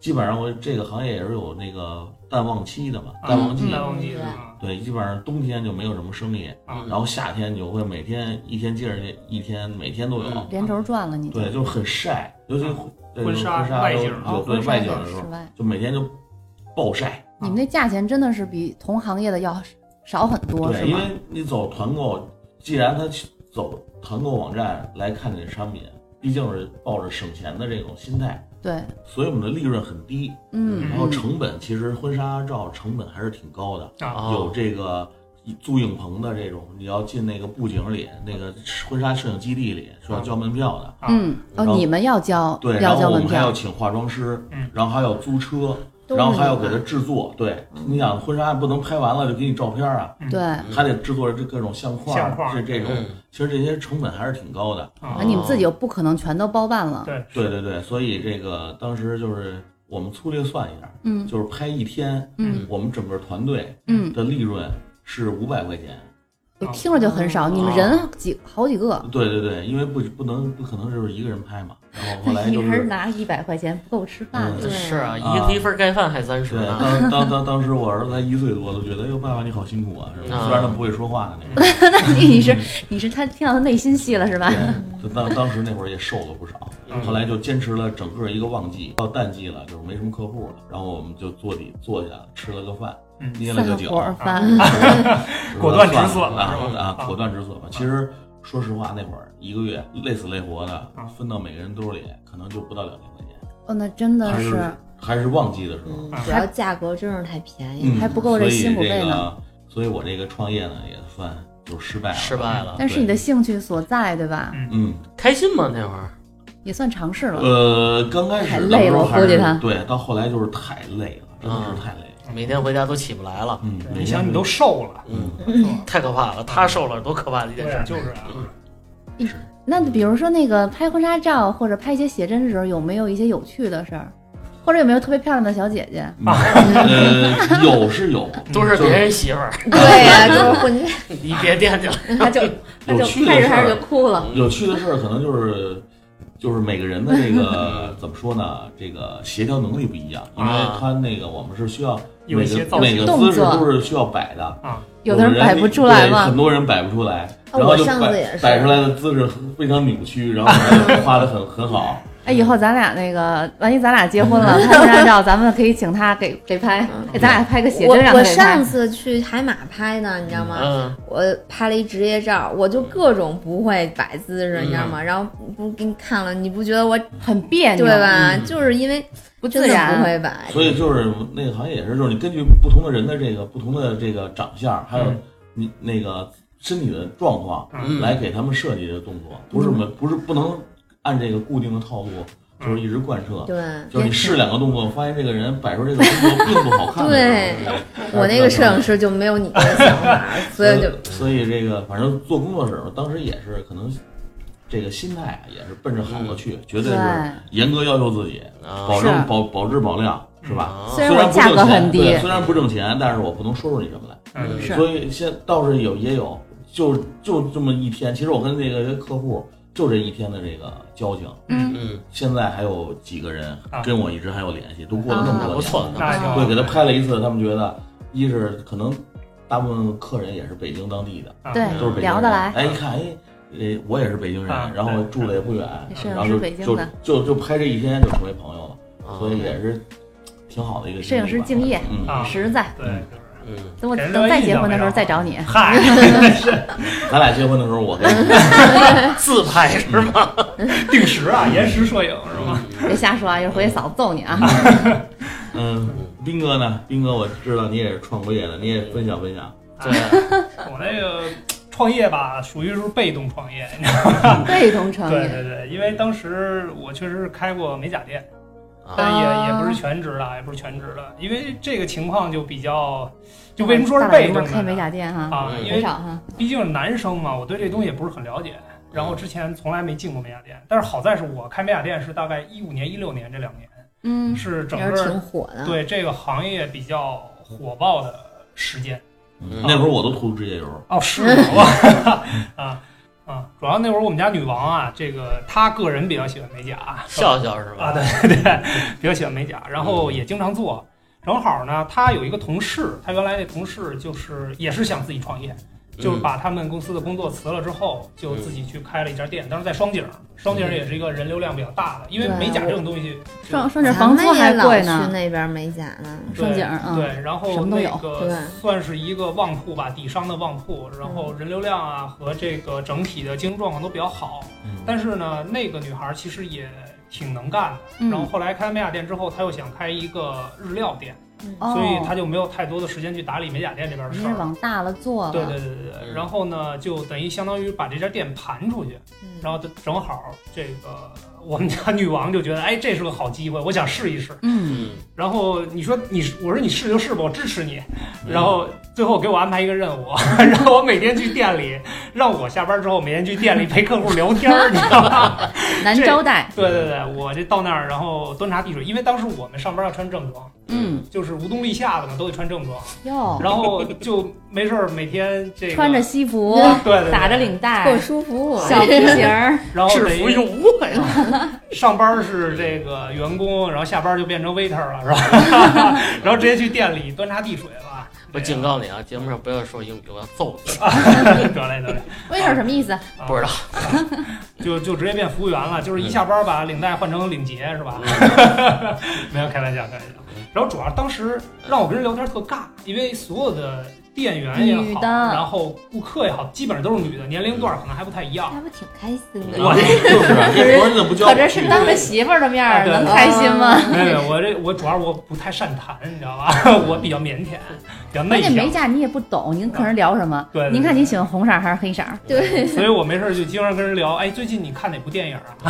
S4: 基本上我这个行业也是有那个淡旺期的嘛，
S3: 啊
S4: 淡
S2: 嗯
S4: 旺季，
S3: 淡旺季啊
S4: 对，基本上冬天就没有什么生意，
S3: 啊
S4: 然后夏天你就会每天一天接着一天，每天都有。
S2: 嗯
S1: 连轴转了你就。
S4: 对，就是很晒，尤其对
S3: 婚
S4: 嗯婚
S3: 纱
S4: 纱
S3: 外
S4: 有
S3: 景
S1: 哦
S4: 有对
S1: 不
S4: 外
S1: 是
S4: 景
S1: 在
S4: 的时
S1: 室
S4: 候，
S1: 外，
S4: 就每天就暴晒。
S1: 你们那价钱真的是比同行业的要少很多，是
S4: 对，因
S1: 吗？
S4: 为你走团购，既然他去走团购网站来看这商品，毕竟是抱着省钱的这种心态，
S1: 对，
S4: 所以我们的利润很低，
S1: 嗯，
S4: 然后成本其实婚纱照成本还是挺高的，
S3: 啊
S2: 哦
S4: 有这个租影棚的这种，你要进那个布景里，那个婚纱摄影基地里是要交门票的。
S1: 嗯，哦，
S4: 然后
S1: 你们要交
S4: 对，然
S1: 要
S4: 后
S1: 交
S4: 我
S1: 门
S4: 们还要
S1: 票，
S4: 请化妆师，
S3: 嗯
S4: 然后还要租车，
S5: 都是
S4: 然后还要
S5: 你
S4: 给他制作。对，
S1: 嗯
S4: 你想婚纱不能拍完了就给你照片啊，
S1: 对，
S2: 嗯
S4: 还得制作这各种相框啊，
S3: 相框
S4: 这这种，
S2: 嗯
S4: 其实这些成本还是挺高的。
S3: 啊
S1: 啊，你们自己又不可能全都包办了，
S3: 对
S4: 对对对，所以这个当时就是我们粗略算一下，
S1: 嗯
S4: 就是拍一天，
S1: 嗯
S4: 我们整个团队
S1: 嗯，
S4: 的利润是五百块钱。哦
S1: 我听着就很少，你
S4: 啊
S1: 们人几好几个，
S4: 对对对，因为不不能不可能就是一个人拍嘛，然后后来
S1: 你
S4: 就
S1: 还是
S4: 是。
S1: 拿一百块钱不够吃饭
S4: 嗯
S1: 的，
S2: 是啊，
S4: 啊
S2: 一个一份盖饭还三十
S4: 对，
S2: 呢，
S4: 当当当当时我儿子才一岁多，都觉得，哎呦，爸爸你好辛苦啊，是吧？
S2: 啊
S4: 虽然他不会说话的那种，
S1: 那 你是你是他听到他内心戏了是 吧？
S4: 对，就当当时那会儿也瘦了不少，
S2: 嗯
S4: 后来就坚持了整个一个旺季，到淡季了就是没什么客户了，然后我们就坐底坐下吃了个饭，
S3: 嗯
S4: 捏了个啊
S1: 散
S4: 酒，
S1: 伙儿饭，
S4: 是吧
S3: 果断止损了
S4: 啊
S3: 是吧
S4: 啊，果断止损吧。其实说实话，那会儿一个月累死累活的
S3: 啊，
S4: 分到每个人兜里可能就不到两千块钱，
S1: 哦，那真的
S4: 还
S1: 是
S4: 是还是旺季的时候
S5: 嗯，，主要价格真是太便宜
S4: 嗯
S5: 了，
S1: 还不够这辛苦费呢。
S4: 所以这个所以我这个创业呢也算就是失败了，
S2: 失败了
S1: 但是你的兴趣所在，对吧？
S4: 嗯。
S2: 开心吗？那会儿
S1: 也算尝试了。
S4: 呃，刚开始
S5: 太
S4: 的
S5: 累
S4: 时
S5: 了
S4: 候
S5: 我
S4: 还
S5: 估计
S4: 是
S5: 他
S4: 对，到后来就是太累了，真的是太累了。
S2: 嗯每天回家都起不来了，
S4: 嗯，每
S3: 你
S4: 天
S3: 想你都
S4: 是
S3: 瘦了，
S2: 嗯，
S3: 是吧？
S2: 太可怕了，他瘦了多可怕的一件
S3: 对
S2: 事
S3: 啊，
S2: 儿。
S3: 就是啊，
S4: 嗯
S1: 那比如说那个拍婚纱照或者拍一些写真的时候，有没有一些有趣的事儿，或者有没有特别漂亮的小姐姐？
S4: 嗯呃，有是有，
S2: 都是别人媳妇儿，
S5: 对呀，就 是混，
S3: 嗯
S2: 你别惦记了。
S5: 他就他
S4: 有
S5: 就
S4: 趣的
S5: 开始
S4: 事
S5: 开始就
S4: 儿，
S5: 哭了，
S4: 有趣的事儿可能就是就是每个人的这个怎么说呢？这个协调能力不一样，因为
S2: 啊
S4: 他那个我们是需要
S3: 有一
S4: 每
S3: 些
S4: 个
S3: 造型
S4: 每个
S1: 动
S4: 姿势
S1: 作
S4: 都是需要摆的，
S1: 有的人摆不出来
S4: 对很
S1: 嘛，
S4: 多人摆不出来，
S5: 啊
S4: 然后
S5: 我
S4: 就
S5: 上次
S4: 摆
S5: 也是
S4: 摆出来的姿势非常扭曲，然后画的很很好，
S1: 哎，以后咱俩那个，万一咱俩结婚了，他不按照咱们可以请他给给拍，给咱俩拍个写
S5: 嗯我
S1: 真让他
S5: 我
S1: 给拍
S5: 上次去海马拍的，你知道吗？
S2: 嗯，
S5: 我拍了一职业照，我就各种不会摆姿势，
S2: 嗯
S5: 你知道吗？然后不给你看了，你不觉得我
S1: 很别扭，
S5: 对？吧？
S2: 嗯
S5: 就是因为
S1: 不自
S5: 真的不
S1: 然。
S5: 会摆，
S4: 所以就是那个行业也是，就是你根据不同的人的这个不同的这个长相，还有
S3: 嗯
S4: 你那个身体的状况，
S2: 嗯
S4: 来给他们设计的动作，不是
S1: 嗯
S4: 没不是不能按这个固定的套路，就是一直贯彻。
S5: 对。
S4: 就是你试两个动作，发现这个人摆出这个动作并不好 看的
S5: 对
S4: 时候。哎对
S5: 我那个摄影师就没有你的想法，所以就
S4: 所以这个反正做工作室，当时也是可能这个心态啊也是奔着好的去，绝对
S1: 对，
S4: 是严格要求自己，
S2: 啊
S4: 保
S1: 嗯是
S4: 证保保质保量，是吧？
S2: 啊
S1: 虽然
S4: 虽
S1: 我
S4: 然不
S1: 价
S4: 挣
S1: 格
S4: 钱，
S1: 很低
S4: 对，，虽然不挣钱，但是我不能说出你什么来。
S3: 嗯
S2: 嗯
S1: 是
S4: 所以现倒是有也有，就就这么一天。其实我跟那个客户就这一天的这个交情，
S1: 嗯，
S2: 嗯，
S4: 现在还有几个人
S3: 啊
S4: 跟我一直还有联系，都过了那么
S2: 那
S4: 多
S2: 不
S4: 年
S2: 错
S4: 了。，
S3: 那就
S4: 对，给他拍了一次，他们觉得一是可能大部分客人也是北京当地的，
S3: 啊
S1: 对
S4: 都是北京人
S1: 聊得来
S4: 哎，一看，哎，哎，我也是北京人
S3: 啊，
S4: 然后
S3: 对
S4: 住的也不远
S1: 这摄，影
S4: 然后
S1: 师
S4: 就
S1: 北京
S4: 就
S1: 的
S4: 就就拍这一天就成为朋友了，
S2: 啊
S4: 所以也是挺好的一个
S1: 摄影师
S4: 经历
S1: 敬
S4: 吧
S1: 业
S4: 嗯，
S3: 啊
S1: 实在。
S3: 对，就是
S2: 嗯，
S1: 等我等再结婚的时候再找 你。
S3: 嗨，
S4: 咱俩结婚的时候我跟 你
S2: 自拍是吗？
S3: 定时啊，延时摄影是吧？
S1: 别瞎说啊，一会儿回去嫂子揍 你啊！
S4: 嗯，斌哥呢？斌哥，我知道你也是创过业的，你也分享分享。
S2: 对，
S3: 我那个创业吧，属于是被动创业，你知道吗
S1: 被动创
S3: 对
S1: 业，
S3: 对对，因为当时我确实是开过美甲店，
S2: 啊，
S3: 但也
S1: 啊
S3: 也不是全职的，也不是全职的，因为这个情况就比较，就
S1: 就
S3: 为什么说是被动
S1: 开美
S3: 的呢
S1: 甲店哈，
S3: 啊？
S2: 嗯
S3: 因
S1: 很
S3: 为
S1: 少哈。
S3: 毕竟是男生嘛，我对这东西也不是很了解。然后之前从来没进过美甲店，但是好在是我开美甲店是大概一五年、一六年这两年，
S1: 嗯，
S3: 是整
S5: 也是挺
S3: 个
S5: 火的。
S3: 对这个行业比较火爆的时间。
S4: 嗯那会儿我都涂指甲油，
S3: 哦，是 吗？哇啊啊！主要那会儿我们家女王啊，这个她个人比较喜欢美甲，
S2: 笑笑是吧？
S3: 啊，对 对对，比较喜欢美甲，然后也经常做。正好呢，他有一个同事，他原来那同事就是也是想自己创业，
S2: 嗯
S3: 就是把他们公司的工作辞了之后，就自己去开了一家店，当时在双井，双井也是一个人流量比较大的，因为
S5: 对
S3: 美甲这种东西就，
S1: 双双井
S5: 咱
S1: 房
S5: 们
S1: 租
S5: 也
S1: 还
S5: 老
S1: 贵
S5: 去
S1: 呢，
S5: 啊那边美甲呢，
S3: 对
S1: 双井啊，嗯
S3: 对，然
S1: 什
S3: 后
S1: 么都
S3: 那
S1: 有
S5: 对
S3: 个算是一个旺铺吧，底商的旺铺，然
S1: 嗯
S3: 后人流量啊和这个整体的经营状况都比较好，嗯
S4: 嗯
S3: 但是呢，那个女孩其实也挺能干的。然后
S1: 嗯，
S3: 后来开美甲店之后，她又想开一个日料店，
S1: 哦
S3: 所以她就没有太多的时间去打理美甲店这边的
S1: 你
S3: 事
S1: 是
S3: 儿。
S1: 往大了做了，
S3: 对对对对对。
S2: 嗯
S3: 然后呢，就等于相当于把这家店盘出去，
S5: 嗯
S3: 然后正好这个我们家女王就觉得，哎，这是个好机会，我想试一试。
S1: 嗯，
S2: 嗯，
S3: 然后你说你，我说你试就试吧，我支持你。
S4: 嗯
S3: 然后最后给我安排一个任务， 让我每天去店里，让我下班之后每天去店里陪客户聊天儿，你知道吗？
S1: 难招待，
S3: 对对对，我这到那儿，然后端茶递水，因为当时我们上班要穿正装，
S1: 嗯
S3: 就是无冬立夏的嘛，都得穿正装，
S2: 哦
S1: 哟，
S3: 然后就没事儿每天这个啊
S1: 穿着西服，
S3: 对对对
S1: 打着领
S5: 特
S1: 带，
S5: 舒服。
S1: 小 皮鞋儿，
S3: 然后
S2: 制
S3: 等
S2: 服
S3: 于
S2: 用我呀，
S3: 上班是这个员工，然后下班就变成 waiter 了，是吧？ 然后直接去店里端茶递水了。
S2: 我警告你啊，节目上不要说英语，我要揍你。
S3: 得嘞得嘞，
S1: 威尔什么意思？
S3: 啊
S2: 不知道，
S3: 就就直接变服务员了，就是一下班把领带换成领结是吧？
S2: 嗯
S3: 没有开玩笑，开玩笑。然后主要当时让我跟人聊天特尬，因为所有的店员也
S1: 女
S3: 好，
S1: 的
S3: 然后顾客也好，基本上都是女的，年龄段可能还不太一样。
S5: 那不挺开心的吗？
S3: 我这
S4: 就是啊，这活儿怎么不教
S1: 可
S4: 我
S1: 这
S4: 去
S1: 是当着媳妇儿的面
S3: 啊
S1: 儿
S3: 对
S1: 能
S5: 对
S1: 开心吗？
S3: 没有，我这我主要我不太善谈，你知道吧？ 我比较�腼腆，比较
S1: 关
S3: 内
S1: 键美
S3: 向，
S1: 甲你也不懂，您跟人聊什么？
S3: 对对对
S1: 您看你喜欢红色还是黑色？
S5: 对，
S3: 所以我没事儿就经常跟人聊。哎，最近你看哪部电影啊？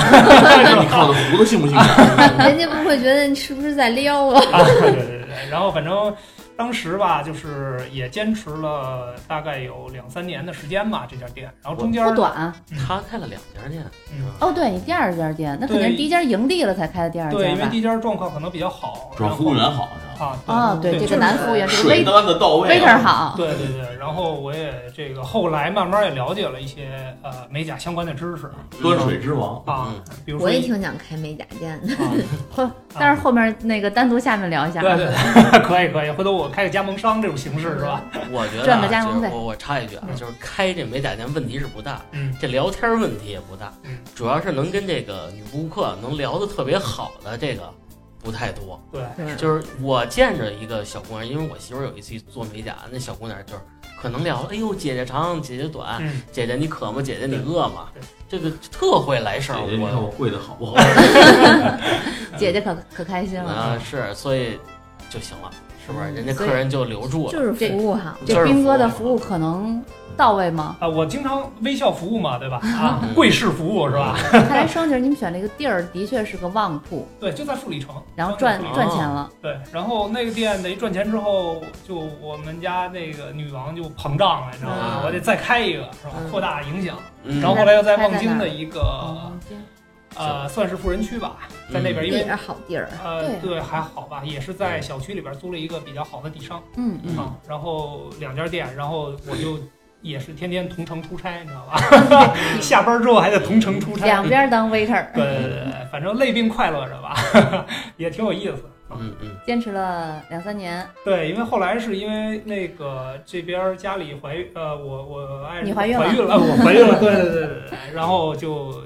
S4: 你靠的胡子信不信啊？
S5: 人家不会觉得你是不是在撩啊？
S3: 啊，对对对对。然后反正当时吧，就是也坚持了大概有两三年的时间吧，这家店。然后中间
S1: 不短
S2: 他开了两家店，
S3: 嗯
S1: 哦，对你第二家店，那肯
S3: 对
S1: 定第一家盈利了才开的第二
S3: 对，
S1: 家
S3: 因为
S1: 吧
S3: 第？一家状况可能比较好，
S4: 主要服务员好，是吧
S3: 啊
S1: 啊，
S3: 对，
S1: 这
S3: 就
S1: 个
S3: 是
S1: 男服务员，这个 wait
S4: 端的到啊
S1: waiter 好，
S3: 对对对，然后我也这个后来慢慢也了解了一些呃美甲相关的知识
S4: 端水之王，
S2: 嗯
S3: 啊，比如说
S5: 我也挺想开美甲店的。
S3: 啊
S1: 后但是后面那个单独下面聊一下，啊
S3: 对对对， 可以可以，回头我开个加盟商这种形式是吧？
S2: 我觉得
S1: 赚个
S2: 啊
S1: 加
S2: 就
S1: 盟
S2: 是
S1: 费
S2: 我我插一句啊，
S3: 嗯
S2: 就是开这美甲店问题是不大，
S3: 嗯
S2: 这聊天问题也不大
S3: 嗯，
S2: 主要是能跟这个女顾客能聊得特别好的这个不太多。
S3: 对，
S5: 对
S2: 就是我见着一个小姑娘，因为我媳妇儿有一次做美甲，那小姑娘就是可能聊，哎呦姐姐长，姐姐短，
S3: 嗯，
S2: 姐姐你渴吗？姐姐你饿吗？这个特会来事儿，
S4: 姐姐哎你看我
S2: 我
S4: 跪的好不好？
S5: 姐姐可可开
S1: 嗯
S5: 心了，
S2: 啊是，所以就行了，是不是？
S5: 嗯
S2: 人家
S5: 所以
S2: 客人就留住了。
S5: 就是服务好。
S1: 这斌哥的服务可能到位 吗？
S3: 啊，我经常微笑服务嘛， 对吧？啊，贵式服务是吧？
S5: 嗯
S1: 看来生姐儿你们选这个地儿的确是个旺铺，
S3: 对，就在富里城，
S1: 然后赚
S3: 就在富里
S1: 赚钱了，
S3: 城对，然后那个店得一赚钱之后，就我们家那个女王就膨胀了，你知道吗？
S2: 嗯
S3: 我得再开一个，是吧？
S5: 嗯
S3: 扩大影响。
S2: 嗯
S3: 然后后来又在望京的一
S1: 哦
S3: 个呃，算是富人区吧，在那边，因
S5: 嗯地
S3: 为
S5: 儿好地儿，
S3: 呃
S1: 对
S3: 对还好吧，也是在小区里边租了一个比较好的底商
S1: 嗯嗯，
S3: 啊，然后两家店，然后我就也是天天同城出差，你知 道吧？下班之后还得同城出差，
S1: 两边当 waiter，
S3: 对对对对，反正累并快乐着吧， 也挺有意思。
S2: 嗯嗯
S1: 坚持了两三年，
S3: 对，因为后来是因为那个这边家里怀孕，呃，我我爱人
S1: 你怀孕了
S3: 怀孕 了，我怀孕了，对对对对对，然后就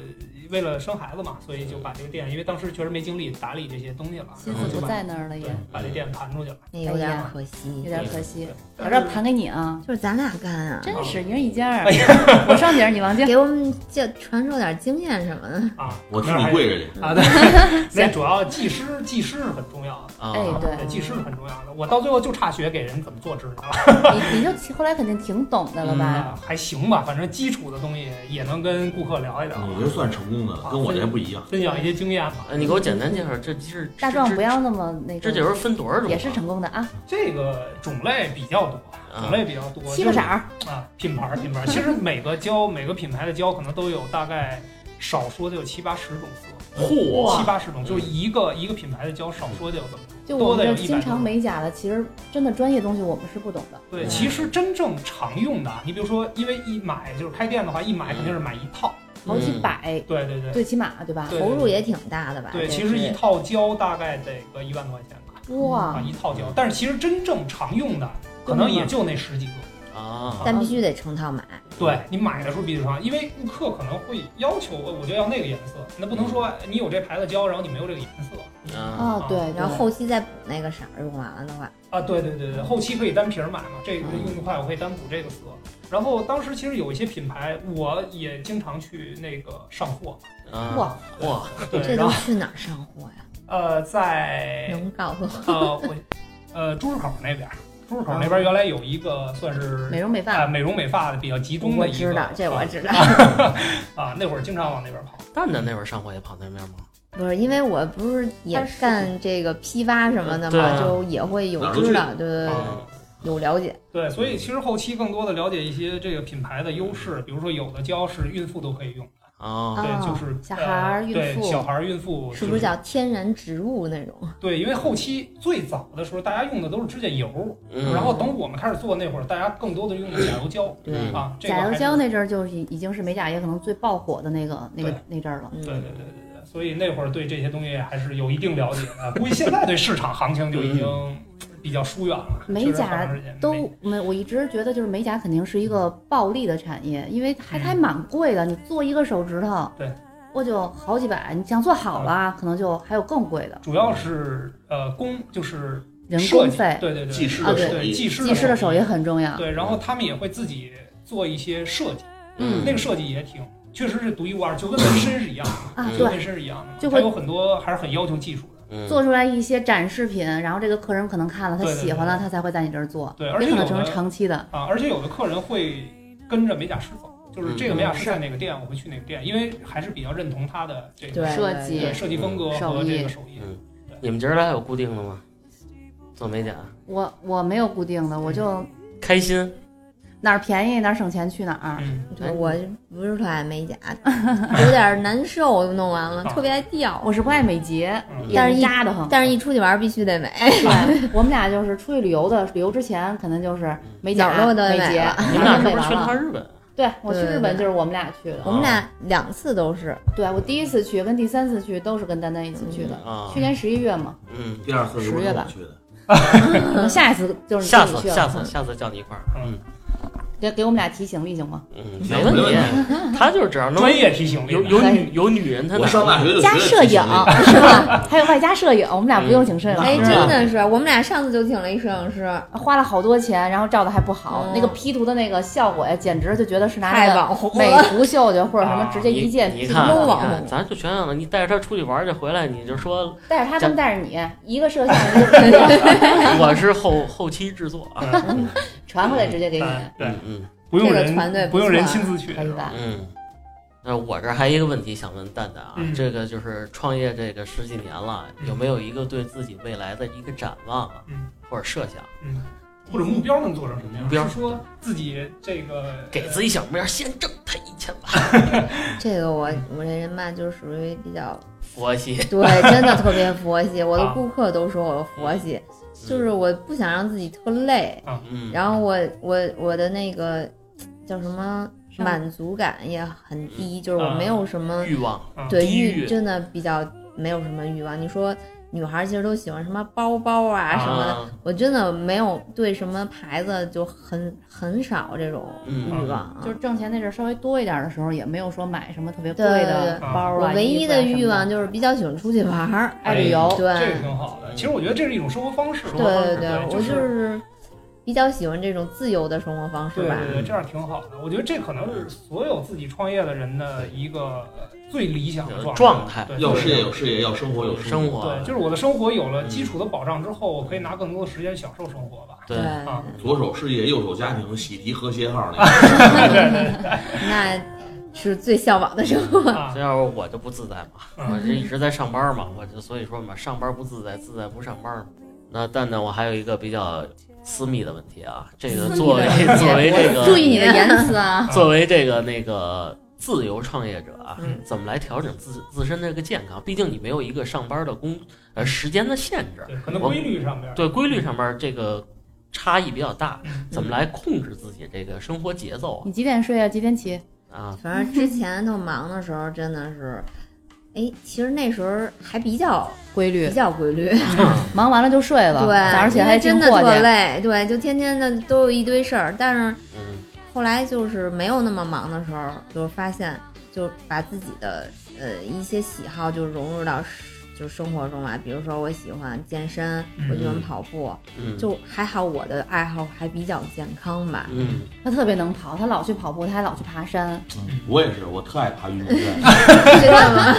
S3: 为了生孩子嘛，所以就把这个店，因为当时确实没精力打理这些东西了，
S1: 心思不在那儿了也
S3: 对，把这店盘出去了。
S5: 那有
S1: 哎
S5: 点
S1: 呀
S5: 可惜。
S1: 有点可惜。
S3: 但
S1: 把
S3: 是
S1: 这盘给你啊，
S5: 就是咱俩干啊，
S1: 真是一人一家儿
S3: 哎，
S1: 我上姐儿你王晶，
S5: 给我们这传授点经验什么的。
S3: 啊，
S4: 我替
S3: 那儿
S4: 你
S3: 还
S4: 跪着
S1: 嗯
S4: 去。
S3: 啊，对， 那主要技师技师是很重要的。
S2: 啊，
S1: 哎对
S3: 啊技师是很重要的。我到最后就差学给人怎么做指甲了。
S1: 你你就其后来肯定挺懂的了吧？
S3: 啊，还行吧，反正基础的东西也能跟顾客聊一聊，
S4: 你就算成功的了，跟我这不一样。
S3: 分享一些经验吧。
S2: 呃你给我简单介绍，这是
S1: 大壮不要那么那个
S2: 这这，就是分多少种？
S1: 也是成功的啊，
S3: 这个种类比较多，
S1: 嗯
S2: 啊
S3: 种类比较多，
S1: 七个色
S3: 啥
S1: 儿，
S3: 啊，品牌儿品牌儿，其实每个胶每个品牌的胶可能都有大概少说得有七八十种色，
S2: 嚯
S3: 七八十种，就是一个一个品牌的胶少说得有这么多。
S1: 就我们
S3: 多的有
S1: 这
S3: 100
S1: 经常美甲的，其实真的专业东西我们是不懂的。
S3: 对，
S2: 嗯
S3: 其实真正常用的啊，你比如说，因为一买就是开店的话，一买肯定是买一套，
S1: 好几百，
S3: 对对对
S1: 最起码对吧？
S3: 对
S5: 投入也挺大的吧？
S3: 对，
S5: 这
S3: 其实
S5: 是
S3: 一套胶大概得个一万多块钱吧，啊，
S1: 哇，
S3: 一套胶，但是其实真正常用的可能也就那十几个。
S2: 啊！
S5: 但必须得成套买。
S3: 对你买的时候必须上，因为顾客可能会要求，呃我就要那个颜色，那不能说哎你有这牌子胶，然后你没有这个颜
S2: 啊，
S3: 色嗯
S1: 啊，对，
S5: 然后后期再补那个色儿，用完了的话，
S3: 啊。对对对对，后期可以单瓶买嘛，这个
S2: 嗯
S3: 用的快，我可以单补这个色。然后当时其实有一些品牌，我也经常去那个上货，
S2: 啊
S1: 哦哇
S2: 哇，
S3: 对，
S5: 这
S3: 然
S5: 都
S3: 后
S5: 去哪儿上货呀？
S3: 呃在
S5: 能告诉我？
S3: 呃我呃珠市口那边儿，珠市口那边儿原来有一个算是
S1: 美容美
S3: 啊
S1: 发，
S3: 美容美发的比较集中
S5: 我
S3: 的一
S5: 知
S3: 个
S5: 道
S3: 啊，
S5: 这我知道，
S3: 啊那会儿经常往那边跑，
S2: 蛋蛋那会儿上火也跑那面吗？
S5: 不是因为我不是也干这个批发什么的
S2: 对啊
S5: 嘛，就也会有
S4: 哪儿都
S5: 知
S4: 去
S5: 道，对对对，
S3: 啊。
S5: 有了解。
S3: 对，所以其实后期更多的了解一些这个品牌的优势，比如说有的胶是孕妇都可以用，
S2: 啊，
S3: 对，
S1: 哦
S3: 就是
S1: 小孩儿
S3: 呃
S1: 孕
S3: 对
S1: 妇
S3: 小孩儿孕妇
S5: 是不
S3: 就是
S5: 叫天然植物那种？
S3: 对？因为后期最早的时候，大家用的都是指甲油，
S2: 嗯
S3: 然后等我们开始做那会儿，大家更多的用的甲油胶
S5: 对
S2: 嗯
S3: 啊，这个
S1: 甲
S3: 还
S1: 油
S3: 是
S1: 胶那阵儿就是已已经是美甲业可能最爆火的那个那个那阵儿了。
S3: 对嗯对对对对，所以那会儿对这些东西还是有一定了解 的，估计现在对市场行情就已经比较疏 远了，
S1: 美
S3: 就是
S1: 甲
S3: 好长时间没
S1: 都没，我一直觉得就是美甲肯定是一个暴利的产业，因为还还蛮贵的。你做一个手指头，
S3: 嗯对，嗯
S1: 我就好几百。你想做好了，可能就还有更贵的
S3: 主要是呃工就是
S1: 人
S3: 设
S1: 工
S3: 计
S1: 费。
S3: 对对对，
S4: 技师
S1: 的
S3: 对
S4: 手
S3: 对
S4: 艺
S3: 技师
S1: 技师的手艺很重要，
S3: 对，然后他们也会自己做一些设计，
S2: 嗯
S3: 那个设计也挺，确实是独一无二，就跟纹身是一样的，
S1: 啊，
S2: 嗯
S3: 就跟
S1: 对，
S3: 纹身是一样的，
S1: 就
S3: 还
S1: 会
S3: 有很多还是很要求技术的。
S2: 嗯
S1: 做出来一些展示品，然后这个客人可能看了，他
S3: 对对
S1: 喜欢了，
S3: 对
S1: 他才会在你这儿做，
S3: 对而且
S1: 也可能
S3: 有
S1: 成
S3: 的
S1: 为长期的。
S3: 啊，而且有的客人会跟着美甲师走，
S2: 嗯
S3: 就是这个美甲
S5: 嗯
S3: 师在哪个店，我会去哪个店，因为还是比较认同他的这个
S5: 对
S1: 设计
S3: 对设计风格和这个手艺。
S2: 嗯你们今儿来有固定的吗？做美甲
S1: 我我没有固定的，我就
S2: 开心，
S1: 哪儿便宜哪儿省钱去哪儿。
S3: 嗯，
S5: 对我不是特爱美甲，有点难受，弄完了
S3: 啊
S5: 特别爱掉。
S1: 我是不爱美睫，
S3: 嗯
S1: 也
S5: 但是一
S1: 扎得 很。
S5: 但是一出去玩必须得美，
S1: 对，我们俩就是出去旅游的，旅游之前肯定就是美甲、
S5: 角落的
S1: 美
S5: 美
S1: 睫
S5: 了，
S2: 你
S1: 哪
S2: 们
S1: 儿
S2: 俩
S1: 都啊美
S2: 是不是去了
S1: 完
S2: 趟
S1: 了。
S2: 日本？
S1: 对，我去
S5: 对
S1: 日本
S5: 对
S1: 就是我们俩去的。
S5: 我们俩哎两次都是。
S1: 对我第一次去跟第三次去都是跟丹丹一起去的，
S2: 啊
S1: 去，年十一月嘛。
S2: 嗯，
S4: 第二次是
S1: 十月吧
S4: 我去的，
S1: 可能下一次就是你
S2: 下
S1: 自己
S2: 次
S1: 去了。
S2: 下次下次叫你一块儿，嗯
S1: 给给我们俩提醒力行吗？
S2: 嗯，没问
S4: 没
S2: 题。他就是 只要能
S3: 专业提醒力
S2: 有有女有女人，他
S4: 我上大学就
S1: 加
S4: 学的
S1: 摄
S4: 提
S1: 影
S4: 醒力
S1: 是吧？ 还有外加摄影，我们俩不用请摄影
S5: 哎，
S1: 师
S5: 真
S1: 了，
S5: 的是，我们俩上次就请了一摄影师，
S1: 花了好多钱，然后照的还不好，
S5: 嗯
S1: 那个 P 图的那个效果呀，简直就觉得是拿
S5: 太
S1: 那个
S5: 网红
S1: 美
S5: 了。
S1: 图秀秀或者什么直接一键 P
S2: 你你
S1: 图
S2: 看，
S5: 都
S2: 你
S5: 网
S2: 看
S5: 红
S2: 咱就全想了，你带着他出去玩儿去，回来你就说
S1: 带着他
S2: 这
S1: 跟带着你，一个摄像一 个拍摄
S2: 我是后后期制作啊，
S3: 嗯
S1: 传回来直接给你，
S5: 哎
S3: 对，
S2: 嗯
S3: 不用
S5: 这个团队
S3: 人
S5: 不
S3: 不用
S5: 错
S3: 人
S5: 啊
S3: 亲自去
S1: 可，以吧？
S2: 嗯。 那我这儿还有一个问题想问蛋蛋啊，
S3: 嗯
S2: 这个就是创业这个十几年了，
S3: 嗯
S2: 有没有一个对自己未来的一个展望啊，
S3: 嗯
S2: 或者设想？
S3: 嗯，或者目标能做成什么
S2: 目标
S3: 样？是说自己这个
S2: 给自己小目标，先挣他一千万。
S5: 这个我我这人吧，就是属于比较
S2: 佛系，
S5: 对，真的特别佛系。我的
S3: 啊
S5: 顾客都说我佛系，就是我不想让自己特累，
S2: 嗯，
S5: 然后我我我的那个叫什么
S1: 上
S5: 满足感也很低，就是我
S3: 啊
S5: 没有什么
S2: 欲望，
S5: 对
S2: 低
S5: 欲
S2: 欲
S5: 真的比较没有什么欲望。你说女孩其实都喜欢什么包包啊什么的，
S2: 啊，
S5: 我真的没有对什么牌子就很很少这种欲
S2: 嗯，
S5: 望啊。
S1: 就是挣钱那阵儿稍微多一点的时候，也没有说买什么特别贵
S5: 对
S1: 的
S5: 对
S3: 对
S1: 包
S5: 我
S1: 啊。
S5: 唯
S1: 衣
S5: 一
S1: 服啊
S5: 的
S1: 什么哎
S5: 欲望就是比较喜欢出去玩儿，
S1: 爱旅游，
S5: 对
S3: 这个挺好的。其实我觉得这是一种生活方式，
S5: 对
S2: 对
S5: 对对，
S3: 就
S5: 我就是是比较喜欢这种自由的生活方式
S3: 对
S5: 吧。
S3: 对对，这样挺好的。我觉得这可能是所有自己创业的人的一个呃最理想的
S2: 状态
S3: 对
S4: 要
S3: 对
S4: 事业有事业，要生活有
S2: 生
S4: 活，
S2: 活
S3: 对，就是我的生活有了基础的保障之后，我可以拿更多的时间享受生活吧。
S5: 对，
S2: 对，
S1: 嗯
S3: 啊
S4: 左手事业，右手家庭，喜提和谐号那个。
S5: 那是最向往的生活。
S3: 啊
S2: 这，要是我就不自在嘛，我这一直在上班嘛，我就所以说嘛，上班不自在，自在不上班嘛。那蛋蛋，我还有一个比较私密的问题啊，这个作为作为这
S5: 注
S2: 个
S5: 意你的言辞啊！
S2: 作为这个那个自由创业者啊
S5: 嗯，
S2: 怎么来调整自自身的这个健康？毕竟你没有一个上班的工呃时间的限制，
S3: 对，可能规律上面，
S2: 对规律上面这个差异比较大，怎么来控制自己这个生活节奏
S1: 你几点睡啊？几点起？
S2: 啊？啊，
S5: 反正之前特忙的时候，真的是，哎，其实那时候还比较
S1: 规
S5: 比
S1: 律，
S5: 较规律，
S1: 忙完了就睡了，
S5: 对，
S1: 早上起来
S5: 因为
S1: 还
S5: 真
S1: 听
S5: 的
S1: 过
S5: 特
S1: 去。
S5: 累，对，就天天的都有一堆事儿。但是
S2: 嗯，
S5: 后来就是没有那么忙的时候，就发现就把自己的呃一些喜好就融入到就生活中来，比如说我喜欢健身，我喜欢
S2: 嗯
S5: 跑步，
S2: 嗯
S5: 就还好我的爱好还比较健康 吧。
S2: 嗯。
S1: 他特别能跑，他老去跑步，他还老去爬山。
S4: 嗯我也是，我特爱爬云梦山。
S5: 知道 吗？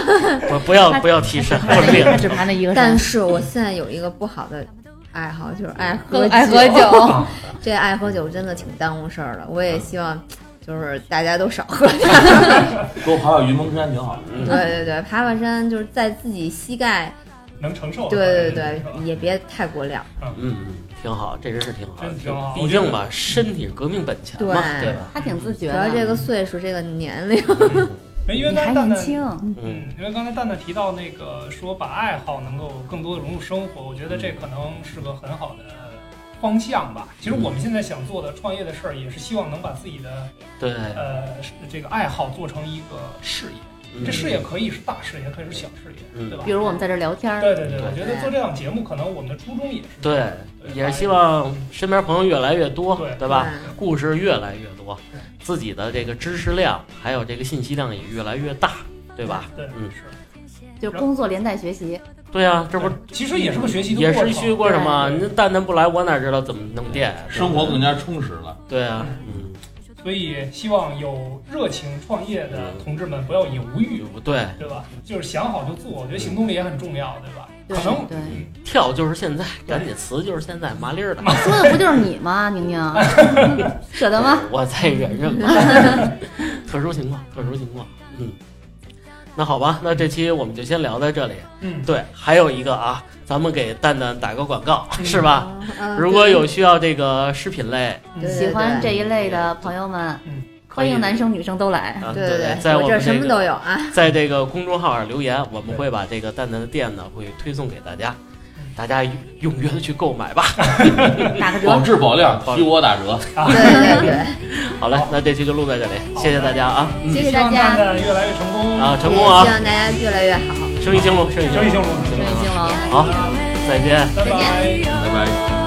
S2: 我嗯不要
S1: 他
S2: 不要提 神，
S1: 他
S2: 我
S1: 只他
S2: 脸
S1: 只爬那一个山
S5: 但，是我现在有一个不好的爱好，就是爱喝
S1: 喝爱喝酒。
S3: 啊
S5: 这爱喝酒真的挺耽误事儿的。我也希望就是大家都少喝。
S4: 给我爬爬云蒙山挺好的。
S1: 嗯
S5: 对对对，爬爬山就是在自己膝盖，
S3: 能承受。
S5: 对对对，也别太过量。
S2: 嗯，挺好，这真是挺好，
S3: 真挺好
S2: 毕竟吧，身体是革命本钱嘛，
S5: 对
S2: 对吧？
S1: 他挺自觉
S5: 主要这
S1: 的。
S5: 个岁数，这个年龄，
S3: 对，因为
S1: 你
S3: 刚才
S1: 还
S3: 蛋
S1: 年
S3: 蛋
S1: 轻，
S2: 嗯
S3: 嗯，因为刚才蛋蛋提到那个说把爱好能够更多的融入生活，我觉得这可能是个很好的方向吧。其实我们现在想做的创业的事儿，也是希望能把自己的
S2: 对，
S3: 呃是这个爱好做成一个事业。
S2: 嗯
S3: 这事业可以是大事业，也可以是小事业，
S2: 嗯
S3: 对吧
S1: 比？如我们在这聊天儿，
S3: 对对对，我觉得做这档节目，可能我们的初衷也是
S2: 对，
S3: 对
S2: 也是希望身边朋友越来越多，
S3: 对
S2: 对吧？故事越来越多，自己的这个知识量还有这个信息量也越来越大，对吧？
S3: 对
S2: 嗯
S3: 是
S1: 就工作连带学习。
S2: 对啊，这不
S3: 对其实也是个学习的
S2: 也
S3: 过
S2: 是
S3: 程，
S2: 虚过什么？
S3: 对
S2: 您蛋蛋不来，我哪知道怎么弄店？对吧
S4: 生活更加充实了。
S2: 对啊，嗯，
S3: 所以希望有热情创业的
S2: 嗯
S3: 同志们不要犹豫，
S2: 不对，
S3: 对吧？就是想好就做，我觉得行动力也很重要，对吧？
S1: 对
S3: 可能
S1: 对，
S2: 跳就是现在，赶紧辞就是现在，麻利儿的。
S1: 说的不就是你吗， 宁宁？舍得吗？
S2: 我再忍忍吧。特殊情况，特殊情况。嗯，那好吧，那这期我们就先聊到这里。
S3: 嗯，
S2: 对，还有一个啊，咱们给蛋蛋打个广告，
S3: 嗯
S2: 是吧？
S5: 嗯
S2: 如果有需要这个饰品类，
S3: 嗯
S5: 对对
S1: 喜欢
S5: 对
S1: 这一类的朋友们，
S2: 可
S1: 欢
S2: 以
S1: 迎男生女生都来。
S2: 啊，
S5: 哎对
S2: 对
S5: 对，
S2: 在
S5: 我这
S2: 们
S5: 儿什
S2: 这
S5: 么都
S2: 个
S5: 有啊。
S2: 在这个公众号上留言，我们会把这个蛋蛋的店呢会推送给大家，大家踊跃的去购买吧。
S3: 嗯
S1: 打个折
S4: 保，质保量，
S2: 保
S4: 提我打折。
S5: 对对对，
S2: 好嘞，那这期就录在这里，谢谢大家啊，嗯
S5: 谢谢
S3: 希
S5: 大
S3: 望蛋
S5: 家，
S3: 蛋越来越成功，
S2: 啊，成
S5: 也
S2: 功啊
S5: 希，望大家越来越好，
S2: 生意兴隆，生意
S3: 生意兴
S2: 隆，
S3: 隆，
S5: 生意兴隆。
S2: 好，再见。
S3: 拜拜。
S4: 拜拜。